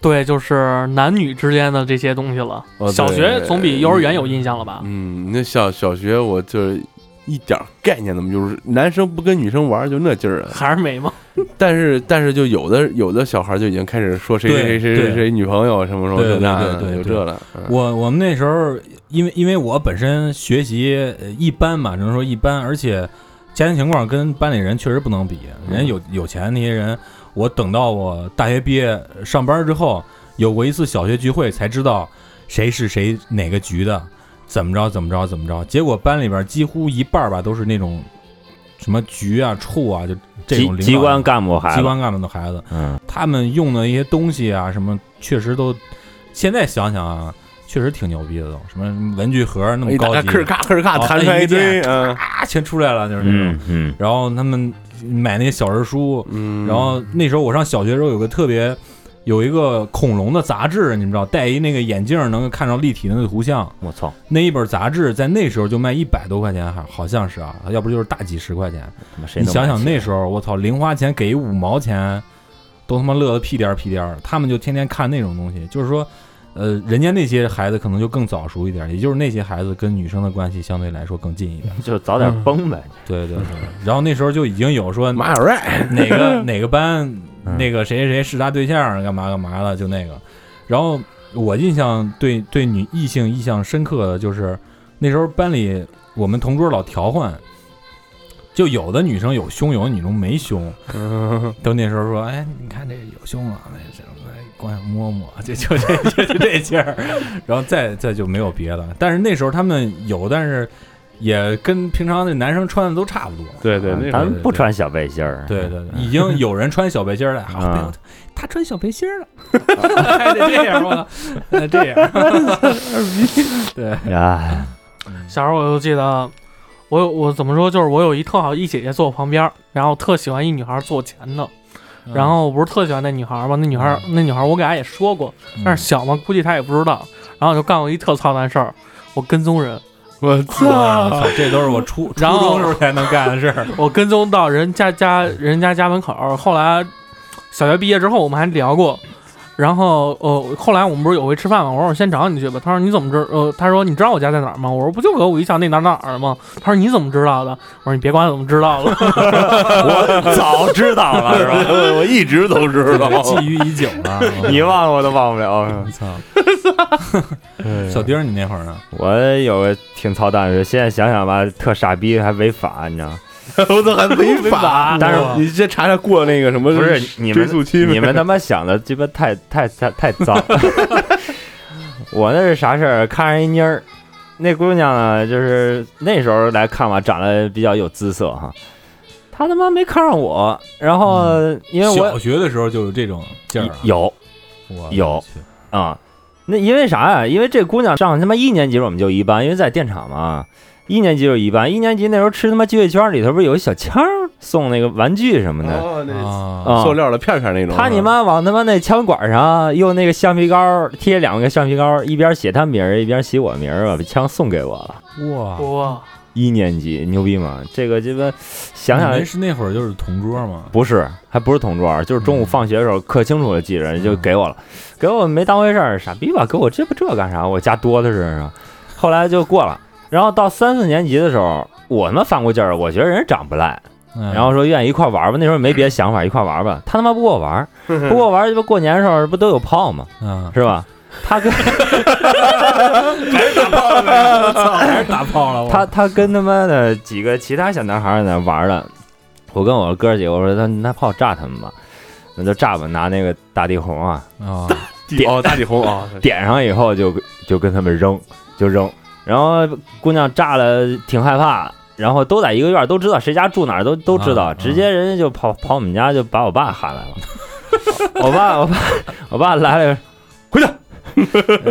[SPEAKER 7] 对，就是男女之间的这些东西了。
[SPEAKER 5] 哦对
[SPEAKER 7] 小学总比幼儿园有印象了吧？
[SPEAKER 5] 嗯，那小小学我就是一点儿概念都没有，就是男生不跟女生玩儿就那劲儿啊，
[SPEAKER 7] 还是没吗？
[SPEAKER 5] 但是但是就有的有的小孩就已经开始说谁谁
[SPEAKER 6] 对
[SPEAKER 5] 谁
[SPEAKER 6] 对
[SPEAKER 5] 谁谁女朋友什么什么
[SPEAKER 6] 对
[SPEAKER 5] 这那
[SPEAKER 6] 对
[SPEAKER 5] 的
[SPEAKER 6] 对对
[SPEAKER 5] 有这了，嗯
[SPEAKER 6] 我我们那时候，因为因为我本身学习呃一般嘛，只能说一般，而且家庭情况跟班里人确实不能比，人家有有钱那些人，我等到我大学毕业上班之后，有过一次小学聚会，才知道谁是谁哪个局的，怎么着怎么着怎么着，结果班里边几乎一半儿吧都是那种什么局啊处啊，就这
[SPEAKER 8] 机
[SPEAKER 6] 种领导
[SPEAKER 8] 机关干部孩
[SPEAKER 6] 机
[SPEAKER 8] 子，
[SPEAKER 6] 关干部的孩子，
[SPEAKER 8] 嗯，
[SPEAKER 6] 他们用的一些东西啊，什么确实都，现在想想啊，确实挺牛逼的都，什么文具盒那
[SPEAKER 8] 哎
[SPEAKER 6] 么
[SPEAKER 5] 一打
[SPEAKER 6] 高
[SPEAKER 5] 开
[SPEAKER 6] 级，
[SPEAKER 5] 吭儿咔吭儿咔
[SPEAKER 6] 哦
[SPEAKER 5] 弹出来一堆，嗯
[SPEAKER 6] 啊，全出来了就是那种。
[SPEAKER 8] 嗯嗯
[SPEAKER 6] 然后他们买那些小人书，
[SPEAKER 5] 嗯，
[SPEAKER 6] 然后那时候我上小学的时候有个特别有一个恐龙的杂志，你们知道，戴一那个眼镜儿能够看到立体的那个图像，
[SPEAKER 8] 我操，
[SPEAKER 6] 那一本杂志在那时候就卖一百多块钱，还好像是啊，要不就是大几十块钱。
[SPEAKER 8] 他妈谁
[SPEAKER 6] 你
[SPEAKER 8] 能
[SPEAKER 6] 想
[SPEAKER 8] 买
[SPEAKER 6] 想
[SPEAKER 8] 起
[SPEAKER 6] 那时候，我操，零花钱给一五毛钱，都他妈乐得屁颠儿屁颠儿。他们就天天看那种东西，就是说，呃，人家那些孩子可能就更早熟一点，也就是那些孩子跟女生的关系相对来说更近一点。
[SPEAKER 8] 就早
[SPEAKER 6] 嗯
[SPEAKER 8] 点崩呗，
[SPEAKER 6] 对对对。然后那时候就已经有说
[SPEAKER 5] 嗯马小瑞，
[SPEAKER 6] 哪 个哪个班
[SPEAKER 8] 嗯
[SPEAKER 6] 那个谁谁谁是他对象，干嘛干嘛的，就那个。然后我印象对对女异性印象深刻的就是那时候班里我们同桌老调换，就有的女生有胸，有的女生没胸。都那时候说，哎，你看这有胸了，那什么，哎光想摸摸，就就这就就这劲儿， 然后再再就没有别的。但是那时候他们有，但是也跟平常的男生穿的都差不多。
[SPEAKER 8] 嗯
[SPEAKER 5] 对对，那
[SPEAKER 8] 啊咱
[SPEAKER 5] 会
[SPEAKER 8] 们不穿小背心儿，
[SPEAKER 6] 对对对，已经有人穿小背心儿了，好
[SPEAKER 8] 嗯
[SPEAKER 6] 不要他穿小背心儿了，还得这样吗？呃这样，对，
[SPEAKER 8] 啊，
[SPEAKER 7] 小时候我就记得，我有我怎么说，就是我有一特好一姐姐坐我旁边儿，然后特喜欢一女孩坐我前头，
[SPEAKER 5] 嗯
[SPEAKER 7] 然后我不是特喜欢那女孩儿吗？那女孩儿那女孩儿我给她也说过，
[SPEAKER 6] 嗯
[SPEAKER 7] 但是小嘛，估计她也不知道。然后我就干过一特操蛋事儿，我跟踪人，
[SPEAKER 5] 我
[SPEAKER 6] 哇
[SPEAKER 5] 操，
[SPEAKER 6] 操这都是嗯我初初
[SPEAKER 7] 啊然后
[SPEAKER 6] 中时候才能干的事 儿。
[SPEAKER 7] 我跟踪到人家家人家家门口儿。后来小学毕业之后，我们还聊过。然后，呃，后来我们不是有回吃饭吗？我说我先找你去吧。他说你怎么知？呃，他说你知道我家在哪儿吗？我说不就搁五一巷那哪儿哪儿哪儿吗？他说你怎么知道的？我说你别管怎么知道了，
[SPEAKER 8] 我早知道了是吧？我一直都知道，
[SPEAKER 6] 觊觎已久 了。 嗯
[SPEAKER 8] 你忘了我都忘不了
[SPEAKER 6] 我。操，小丁儿，你那会儿呢？
[SPEAKER 8] 我有个挺操蛋的，现在想想吧，特傻逼，还违法，你知道吗？
[SPEAKER 5] 我操，还违法！
[SPEAKER 8] 但是
[SPEAKER 5] 你先查查过那个什么，
[SPEAKER 8] 不是你
[SPEAKER 5] 追
[SPEAKER 8] 们
[SPEAKER 5] 溯期没
[SPEAKER 8] 你 们他妈想的鸡巴太 太太太脏。我那是啥事儿？看上一妮儿，那姑娘呢，就是那时候来看嘛，长得比较有姿色哈。她他妈没看上我，然后因为
[SPEAKER 6] 小
[SPEAKER 8] 我
[SPEAKER 6] 学的时候就有这种劲儿啊，
[SPEAKER 8] 有
[SPEAKER 6] 我
[SPEAKER 8] 有
[SPEAKER 6] 去
[SPEAKER 8] 啊、那因为啥呀？因为这姑娘上他妈一年级时候我们就一班，因为在电厂嘛，一年级就一班。一年级那时候吃他妈聚会圈里头不是有一小枪儿送那个玩具什么的，
[SPEAKER 5] 哦，那
[SPEAKER 6] 啊
[SPEAKER 8] 啊
[SPEAKER 5] 塑料的片片那种，
[SPEAKER 8] 他你妈往他妈那枪管上用那个橡皮膏贴两个橡皮膏，一边写他名儿，一边写我名儿，把枪送给我了。
[SPEAKER 6] 哇！
[SPEAKER 7] 哇，
[SPEAKER 8] 一年级牛逼吗？这个鸡巴想
[SPEAKER 6] 你
[SPEAKER 8] 想
[SPEAKER 6] 们是那会儿就是同桌嘛，
[SPEAKER 8] 不是，还不是同桌，就是中午放学的时候可清楚了，记着就给我了，给我没当回事儿，傻逼吧，给我这不这干啥？我家多的是啊。后来就过了，然后到三四年级的时候，我他妈翻过劲儿，我觉得人长不赖，嗯然
[SPEAKER 6] 然
[SPEAKER 8] 后说愿意一块儿玩儿吧，那时候没别的想法，一块儿玩儿吧。他他妈不跟我玩儿，不跟我玩儿，这不过年的时候不都有炮吗？
[SPEAKER 6] 嗯，
[SPEAKER 8] 是吧？他跟
[SPEAKER 6] 还是打炮了我
[SPEAKER 8] 他他跟他妈的几个其他小男孩儿在那玩儿了，我跟我哥儿几个我说那那炮炸他们吧，那就炸吧，拿那个大地红啊
[SPEAKER 6] 啊，
[SPEAKER 5] 地哦大地 红啊，
[SPEAKER 8] 点上以后就就跟他们扔就扔，然后姑娘炸了挺害怕，然后都在一个院儿，都知道谁家住哪儿，都都知道，
[SPEAKER 6] 啊
[SPEAKER 8] 直接人家就跑跑我们家就把我爸 喊来了，我爸我爸我爸来了，回去。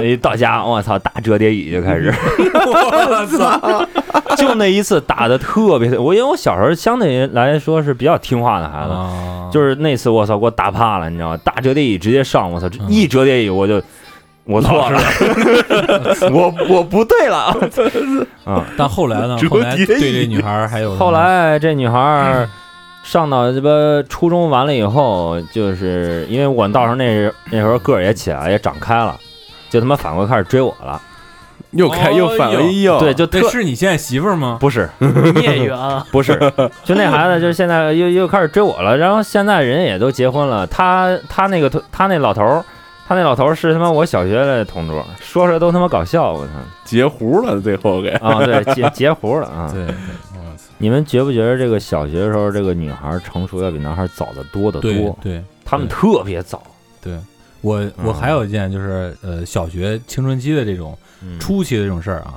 [SPEAKER 8] 一到家，我操，大折叠椅就开 始，
[SPEAKER 6] 我操！
[SPEAKER 8] 就那一次打的特别，我因为我小时候相对来说是比较听话的孩子，
[SPEAKER 6] 啊，
[SPEAKER 8] 就是那次我操给我打怕了，你知道吗？大折叠椅直接上，我操，这
[SPEAKER 6] 嗯
[SPEAKER 8] 一折叠椅我 就我错了， 我我不对了。 啊、
[SPEAKER 6] 但后来呢？
[SPEAKER 5] 折
[SPEAKER 6] 后来
[SPEAKER 5] 叠椅
[SPEAKER 6] 对这女孩儿还有什
[SPEAKER 8] 嗯，
[SPEAKER 6] 么
[SPEAKER 8] 后来这女孩儿上到这个初中完了以后，就是因为我到时候那时那时候个儿也起来也长开了，就他妈反过来开始追我了，
[SPEAKER 5] 又开又反了，又
[SPEAKER 8] 对，就
[SPEAKER 6] 这
[SPEAKER 8] 特。
[SPEAKER 6] 哎是你现在媳妇儿吗？
[SPEAKER 8] 不是
[SPEAKER 7] 孽缘，
[SPEAKER 8] 不 是，就那孩子，就是现在又又开始追我了，然后现在人也都结婚了。他他那个他那老头儿，他那老头儿是他妈我小学的同桌，说着都他妈搞笑，我操！
[SPEAKER 5] 截胡了，最后给
[SPEAKER 8] 啊，对，截截胡了啊！
[SPEAKER 6] 对，对我操
[SPEAKER 8] 你们觉不觉得这个小学的时候，这个女孩成熟要比男孩早得多得
[SPEAKER 6] 对
[SPEAKER 8] 多？
[SPEAKER 6] 对，
[SPEAKER 8] 他们特别早，
[SPEAKER 6] 对
[SPEAKER 8] 嗯
[SPEAKER 6] 我我还有一件就是呃，小学青春期的这种
[SPEAKER 8] 嗯
[SPEAKER 6] 初期的这种事儿啊，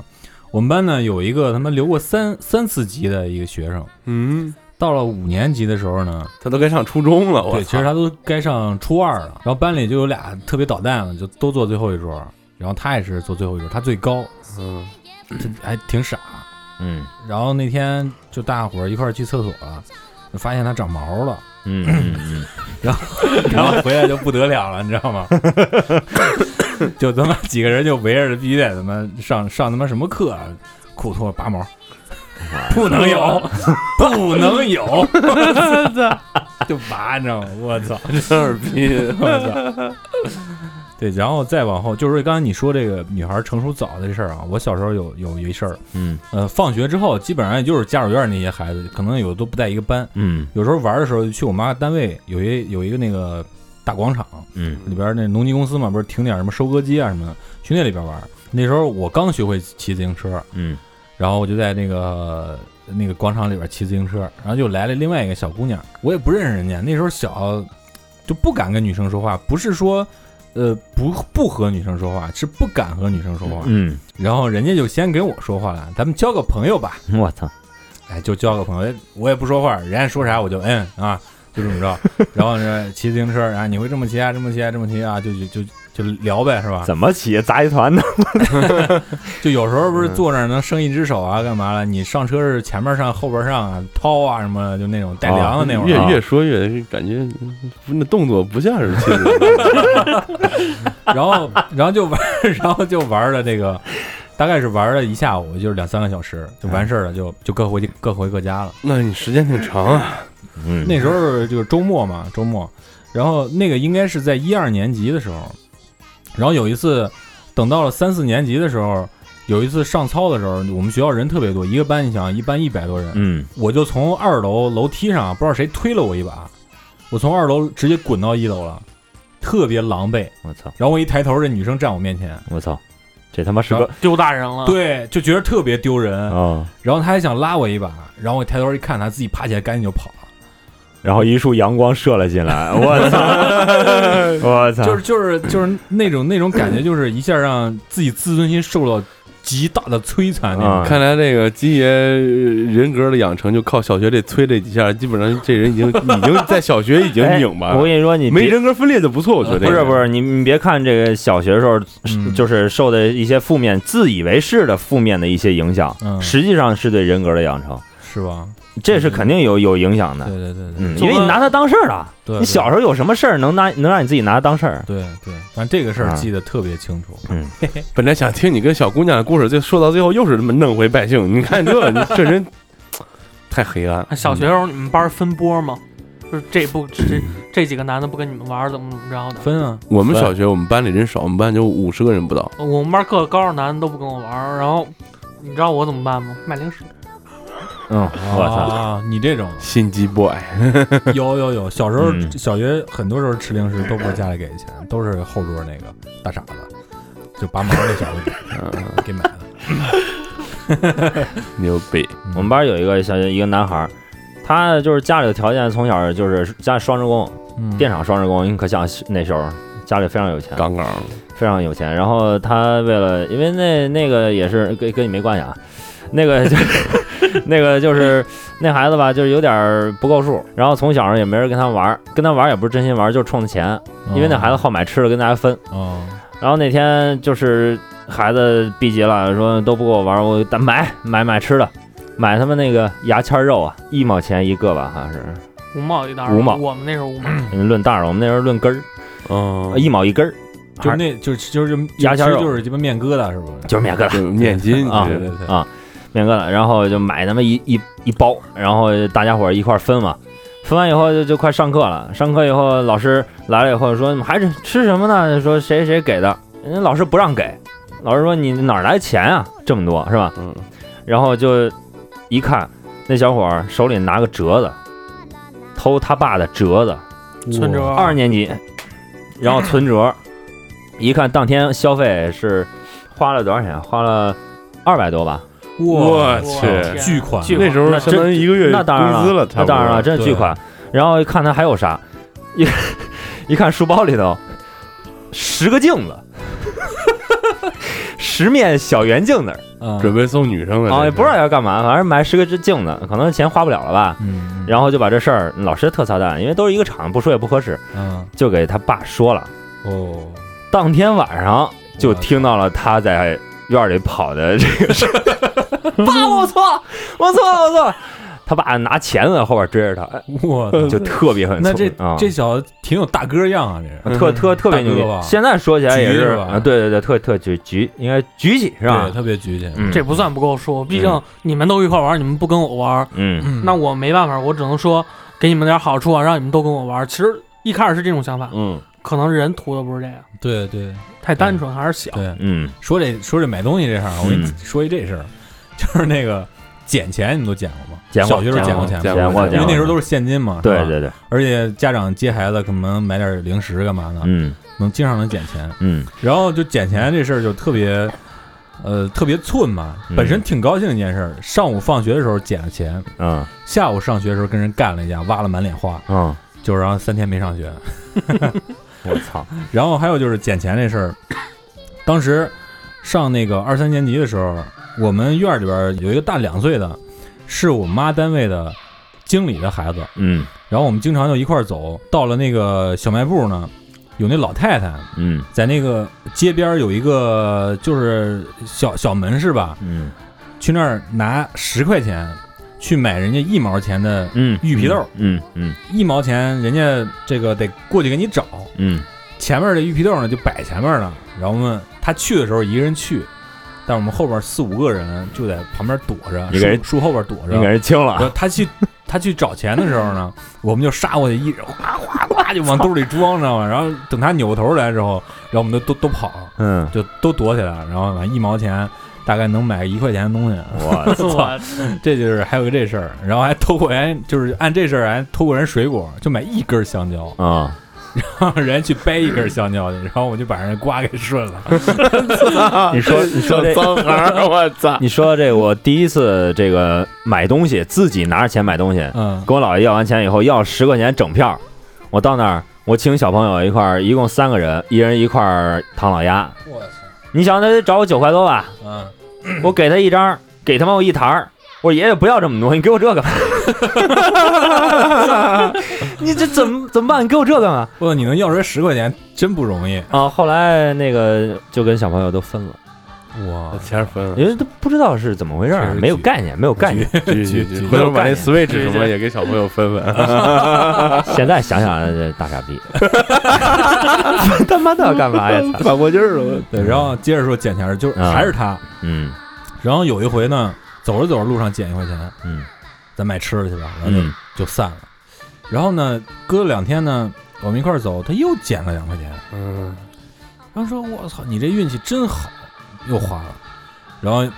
[SPEAKER 6] 我们班呢有一个他妈留过三三次级的一个学生，
[SPEAKER 5] 嗯，
[SPEAKER 6] 到了五年级的时候呢，
[SPEAKER 5] 他都该上初中了，我
[SPEAKER 6] 对，其实他都该上初二了，然后班里就有俩特别捣蛋的，就都坐最后一桌，然后他也是坐最后一桌，他最高，
[SPEAKER 5] 嗯，
[SPEAKER 6] 还挺傻。
[SPEAKER 8] 嗯
[SPEAKER 6] 然后那天就大家伙儿一块儿去厕所了，就发现它长毛了，
[SPEAKER 8] 嗯嗯嗯，
[SPEAKER 6] 然后回来就不得了了，你知道 吗？就他妈几个人就围着，必须得他妈上上他妈什么课、啊，裤脱了拔毛，不能 有，不能 有，就拔，你知道吗？我操！
[SPEAKER 5] 哈尔滨，
[SPEAKER 6] 我操！ 对，然后再往后，就是刚才你说这个女孩成熟早的这事儿啊，我小时候有有一事儿，
[SPEAKER 8] 嗯
[SPEAKER 6] 呃，放学之后基本上也就是家属院那些孩子，可能有的都不在一个班，
[SPEAKER 8] 嗯
[SPEAKER 6] 有时候玩的时候去我妈单位有一有一个那个大广场
[SPEAKER 8] 嗯
[SPEAKER 6] 里边那农机公司嘛，不是停点什么收割机啊什么的，去那里边玩。那时候我刚学会骑自行车，
[SPEAKER 8] 嗯
[SPEAKER 6] 然后我就在那个那个广场里边骑自行车，然后就来了另外一个小姑娘，我也不认识人家，那时候小就不敢跟女生说话，不是说呃不不和女生说话，是不敢和女生说话。
[SPEAKER 8] 嗯，
[SPEAKER 6] 然后人家就先给我说话了，咱们交个朋友吧，
[SPEAKER 8] 我操，
[SPEAKER 6] 哎，就交个朋友，我也不说话，人家说啥我就嗯啊，就这么着。 然后呢，骑自行车，然后你会这么骑啊，这么骑啊，这么骑啊，就就就就聊呗，是吧？
[SPEAKER 8] 怎么起杂技团的？
[SPEAKER 6] 就有时候
[SPEAKER 5] 嗯
[SPEAKER 6] 不是坐那儿能伸一只手啊，干嘛了？你上车是前面上，后边上啊，掏啊什么的，就那种带凉的那会
[SPEAKER 5] 哦越
[SPEAKER 6] 儿啊。
[SPEAKER 5] 越说越感觉嗯不那动作不像是亲人，
[SPEAKER 6] 然后，然后就玩， 然后就玩了这个，大概是玩了一下午，就是两三个小时就完事儿了，就就各回各回各家了。
[SPEAKER 5] 那你时间挺长啊，
[SPEAKER 8] 嗯
[SPEAKER 6] 那时候就是周末嘛，周末，然后那个应该是在一二年级的时候，然后有一次，等到了三四年级的时候，有一次上操的时候，我们学校人特别多，一个班你想一班一百多人，
[SPEAKER 8] 嗯
[SPEAKER 6] 我就从二楼楼梯上不知道谁推了我一把，我从二楼直接滚到一楼了，特别狼狈。
[SPEAKER 8] 我操
[SPEAKER 6] 然后我一抬头，这女生站我面前，
[SPEAKER 8] 我操，这他妈是个
[SPEAKER 7] 丢大人了。，
[SPEAKER 6] 对，就觉得特别丢人。
[SPEAKER 8] 啊！
[SPEAKER 6] 然后她还想拉我一把，然后我一抬头一看，她自己爬起来赶紧就跑了。
[SPEAKER 8] 然后一束阳光射了进来，我操，我操，
[SPEAKER 6] 就是就是就是那种那种感觉，就是一下让自己自尊心受到极大的摧残那种。
[SPEAKER 8] 啊
[SPEAKER 5] 看来这个金爷呃人格的养成就靠小学这催这几下，基本上这人已经已经在小学 已经
[SPEAKER 8] 哎
[SPEAKER 5] 拧巴
[SPEAKER 8] 我
[SPEAKER 5] 了，
[SPEAKER 8] 跟你说，你别
[SPEAKER 5] 没人格分裂就不错，我觉得
[SPEAKER 8] 不是不，是，你你别看这个小学的时候，
[SPEAKER 6] 嗯
[SPEAKER 8] 就是受的一些负面、自以为是的负面的一些影响，
[SPEAKER 6] 嗯
[SPEAKER 8] 实际上是对人格的养成，
[SPEAKER 6] 是吧？
[SPEAKER 8] 这是肯定有有影响
[SPEAKER 6] 嗯对对对
[SPEAKER 8] 的。
[SPEAKER 6] 对
[SPEAKER 8] 嗯，因为你拿它当事儿了。
[SPEAKER 6] 对，
[SPEAKER 8] 你小时候有什么事儿能拿能让你自己拿它当事儿？嗯
[SPEAKER 6] 对对，反正这个事儿
[SPEAKER 8] 啊
[SPEAKER 6] 记得特别清楚。
[SPEAKER 5] 本来想听你跟小姑娘的故事，就说到最后又是这么弄回百姓，你看这你这人太黑暗，
[SPEAKER 7] 小学时候你们班分波吗？就是这不这这几个男的不跟你们玩儿，怎么怎么着的？
[SPEAKER 6] 分啊，
[SPEAKER 5] 我们小学我们班里人少，我们班就五十个人不到，
[SPEAKER 7] 我们班各个高二男的都不跟我玩儿，然后你知道我怎么办吗？卖零食。
[SPEAKER 8] 嗯，我操，
[SPEAKER 6] 啊，你这种
[SPEAKER 5] 心机 boy，
[SPEAKER 6] 有有有，小时候
[SPEAKER 8] 嗯
[SPEAKER 6] 小学很多时候吃零食都不是家里给的钱，都是后桌那个大傻子，就拔毛那小子
[SPEAKER 5] 嗯，
[SPEAKER 6] 给给买的。
[SPEAKER 5] 牛逼，
[SPEAKER 6] 嗯
[SPEAKER 8] 我们班有一个小一个男孩儿，他就是家里的条件从小就是家里双职工，
[SPEAKER 6] 嗯
[SPEAKER 8] 电厂双职工，你可想那时候家里非常有钱，
[SPEAKER 5] 杠杠，
[SPEAKER 8] 非常有钱。然后他为了，因为那那个也是跟跟你没关系啊，那个就 那个就是那孩子吧，就是有点儿不够数。然后从小也没人跟他玩儿，跟他玩儿也不是真心玩儿，就是冲他钱。
[SPEAKER 6] 嗯
[SPEAKER 8] 因为那孩子好买吃的，跟大家分。
[SPEAKER 6] 哦，
[SPEAKER 8] 然后那天就是孩子逼急了，说都不跟我玩儿，我得买买买吃的，买他们那个牙签肉啊，一毛钱一个吧，好像是。
[SPEAKER 7] 五毛一袋儿，
[SPEAKER 8] 五毛
[SPEAKER 7] 我们那时候五毛，
[SPEAKER 8] 论袋儿，我们那时候论根儿，
[SPEAKER 5] 嗯
[SPEAKER 8] 一毛一根儿，
[SPEAKER 6] 就那就是就是
[SPEAKER 8] 牙
[SPEAKER 6] 其
[SPEAKER 8] 签
[SPEAKER 6] 实
[SPEAKER 8] 肉
[SPEAKER 6] 就是鸡巴面疙瘩，是不是？
[SPEAKER 8] 就是面疙瘩。
[SPEAKER 5] 就面筋，
[SPEAKER 8] 啊
[SPEAKER 5] 你
[SPEAKER 6] 对
[SPEAKER 5] 知道
[SPEAKER 6] 对对，
[SPEAKER 8] 啊面疙瘩，然后就买那么一一一包，然后大家伙儿一块儿分嘛。分完以后就就快上课了，上课以后老师来了以后说你们还是吃什么呢？说谁谁给的，人家老师不让给，老师说你哪儿来钱啊？这么多是吧？
[SPEAKER 5] 嗯，
[SPEAKER 8] 然后就一看那小伙儿手里拿个折子，偷他爸的折子，
[SPEAKER 7] 存折。
[SPEAKER 8] 二年级，然后存折，一看当天消费是花了多少钱？花了二百多吧？
[SPEAKER 5] 我
[SPEAKER 7] 我
[SPEAKER 5] 去
[SPEAKER 7] 天
[SPEAKER 6] 巨款
[SPEAKER 7] 巨
[SPEAKER 5] 那时候
[SPEAKER 7] 那
[SPEAKER 5] 相当于一个月
[SPEAKER 8] 那当然
[SPEAKER 5] 工资
[SPEAKER 8] 了，
[SPEAKER 5] 差
[SPEAKER 8] 那
[SPEAKER 5] 不多
[SPEAKER 8] 当然了，真是巨款。然后一看他还有啥，一 一看书包里头十个镜子，十面小圆镜子
[SPEAKER 6] 啊
[SPEAKER 5] 准备送女生了
[SPEAKER 8] 啊，
[SPEAKER 5] 这
[SPEAKER 8] 也
[SPEAKER 5] 是
[SPEAKER 8] 不知 道要干嘛，反正买十个这镜子，可能钱花不了了吧。
[SPEAKER 6] 嗯，
[SPEAKER 8] 然后就把这事儿，老师特操蛋，因为都是一个厂，不说也不合适，
[SPEAKER 6] 嗯
[SPEAKER 8] 就给他爸说了。
[SPEAKER 6] 哦，
[SPEAKER 8] 当天晚上就听到了他在院里跑的这个声儿，爸，我错，我错，我错。他爸拿钳子在后边追着他，
[SPEAKER 6] 我
[SPEAKER 8] 哎就特别很
[SPEAKER 6] 那这
[SPEAKER 8] 聪明啊
[SPEAKER 6] 这小子挺有大哥样啊，这是。
[SPEAKER 8] 特特特别牛
[SPEAKER 6] 大哥吧
[SPEAKER 8] 逼。现在说起来也
[SPEAKER 6] 举
[SPEAKER 8] 是
[SPEAKER 6] 是吧，
[SPEAKER 8] 啊对对对，特特举举，应该举起是吧
[SPEAKER 6] 对，？特别局气。
[SPEAKER 8] 嗯
[SPEAKER 7] 这不算不够说，毕竟你们都一块玩，你们不跟我玩，
[SPEAKER 8] 嗯
[SPEAKER 6] 嗯
[SPEAKER 7] 那我没办法，我只能说给你们点好处啊，让你们都跟我玩。其实一开始是这种想法，
[SPEAKER 8] 嗯
[SPEAKER 7] 可能人图的不是这个，
[SPEAKER 6] 对对
[SPEAKER 7] 太单纯还是小。
[SPEAKER 6] 对，
[SPEAKER 8] 嗯
[SPEAKER 6] 说这说这买东西这事儿啊，我给你
[SPEAKER 8] 嗯
[SPEAKER 6] 说一这事儿，啊就是那个捡钱，你们都捡过吗？
[SPEAKER 8] 捡过
[SPEAKER 6] 小学时候捡过钱
[SPEAKER 5] 捡
[SPEAKER 6] 吗？
[SPEAKER 8] 捡过
[SPEAKER 5] 过
[SPEAKER 6] 因为
[SPEAKER 8] 捡
[SPEAKER 6] 那时候
[SPEAKER 8] 过，
[SPEAKER 6] 都是现金嘛，
[SPEAKER 8] 对
[SPEAKER 6] 是吧，啊
[SPEAKER 8] 对对，
[SPEAKER 6] 而且家长接孩子可能买点零食干嘛的，
[SPEAKER 8] 嗯
[SPEAKER 6] 能经常能捡钱，
[SPEAKER 8] 嗯
[SPEAKER 6] 然后就捡钱这事儿就特别，呃，特别寸嘛，
[SPEAKER 8] 嗯
[SPEAKER 6] 本身挺高兴的一件事儿，上午放学的时候捡了钱，
[SPEAKER 8] 嗯
[SPEAKER 6] 下午上学的时候跟人干了一架，挖了满脸花，
[SPEAKER 8] 嗯，
[SPEAKER 6] 就然后三天没上学，
[SPEAKER 8] 我操，
[SPEAKER 6] 然后还有就是捡钱这事儿，当时上那个二三年级的时候，我们院儿里边儿有一个大两岁的，是我妈单位的经理的孩子，
[SPEAKER 8] 嗯
[SPEAKER 6] 然后我们经常就一块儿走，到了那个小卖部呢，有那老太太
[SPEAKER 8] 嗯
[SPEAKER 6] 在那个街边儿有一个就是小小门市吧，
[SPEAKER 8] 嗯
[SPEAKER 6] 去那儿拿十块钱去买人家一毛钱的，
[SPEAKER 8] 嗯，
[SPEAKER 6] 玉皮豆儿，
[SPEAKER 8] 嗯嗯
[SPEAKER 6] 一毛钱人家这个得过去给你找，
[SPEAKER 8] 嗯
[SPEAKER 6] 前面的玉皮豆呢就摆前面了，然后我们他去的时候一个人去，但我们后边四五个人就在旁边躲着，
[SPEAKER 8] 你给人
[SPEAKER 6] 树树后边躲
[SPEAKER 8] 嗯，
[SPEAKER 6] 着。
[SPEAKER 8] 应该是清
[SPEAKER 6] 然后
[SPEAKER 8] 了，
[SPEAKER 6] 他去他去找钱的时候呢，我们就杀过去，一人哗哗哗就往兜里装，知道吗？然后等他扭头来之后，然后我们就都都跑，
[SPEAKER 8] 嗯，
[SPEAKER 6] 就都躲起来了。然后完一毛钱大概能买一块钱的东西，
[SPEAKER 8] 我
[SPEAKER 7] 我
[SPEAKER 6] 这就是还有个这事儿。然后还偷过人，就是按这事儿还偷过人水果，就买一根香蕉。
[SPEAKER 8] 啊，
[SPEAKER 6] 人家去掰一根香蕉去，然后我就把人家瓜给顺了。
[SPEAKER 8] 你说你说这
[SPEAKER 5] 脏行，我 操！
[SPEAKER 8] 你说这个，我第一次这个买东西，自己拿着钱买东西，
[SPEAKER 6] 嗯，
[SPEAKER 8] 跟我姥爷要完钱以后，要十块钱整票。我到那儿，我请小朋友一块儿，一共三个人，一人一块儿唐老鸭。
[SPEAKER 6] 我操，
[SPEAKER 8] 你想，他得找我九块多吧？
[SPEAKER 6] 嗯，
[SPEAKER 8] 我给他一张，给他妈我一沓儿。我说爷爷不要这么多，你给我这 个吧。你这怎么怎么办？你给我这个嘛？
[SPEAKER 6] 不，哦你能要出来十块钱真不容易。
[SPEAKER 8] 啊！后来那个就跟小朋友都分了，
[SPEAKER 6] 哇，
[SPEAKER 5] 钱分了，
[SPEAKER 8] 因为都不知道是怎么回事
[SPEAKER 6] 确
[SPEAKER 8] 儿，
[SPEAKER 6] 实
[SPEAKER 8] 没有
[SPEAKER 6] 举
[SPEAKER 8] 概念，没有概念。
[SPEAKER 5] 去去去，回头把那 Switch 什么也给小朋友分分。
[SPEAKER 8] 现在想想这大傻 逼，他妈的要干 嘛呀？操
[SPEAKER 5] 反过劲儿了，
[SPEAKER 6] 对，然后接着说捡钱，就是
[SPEAKER 8] 啊
[SPEAKER 6] 还是他。
[SPEAKER 8] 嗯
[SPEAKER 6] 然后有一回呢，走着走着路上捡一块钱，
[SPEAKER 8] 嗯
[SPEAKER 6] 咱买吃的去吧，然后就、
[SPEAKER 8] 嗯
[SPEAKER 6] 就散了。然后呢，隔了两天呢，我们一块儿走，他又捡了两块钱，
[SPEAKER 5] 嗯，
[SPEAKER 6] 然后说：“我操，你这运气真好，又花了。”然后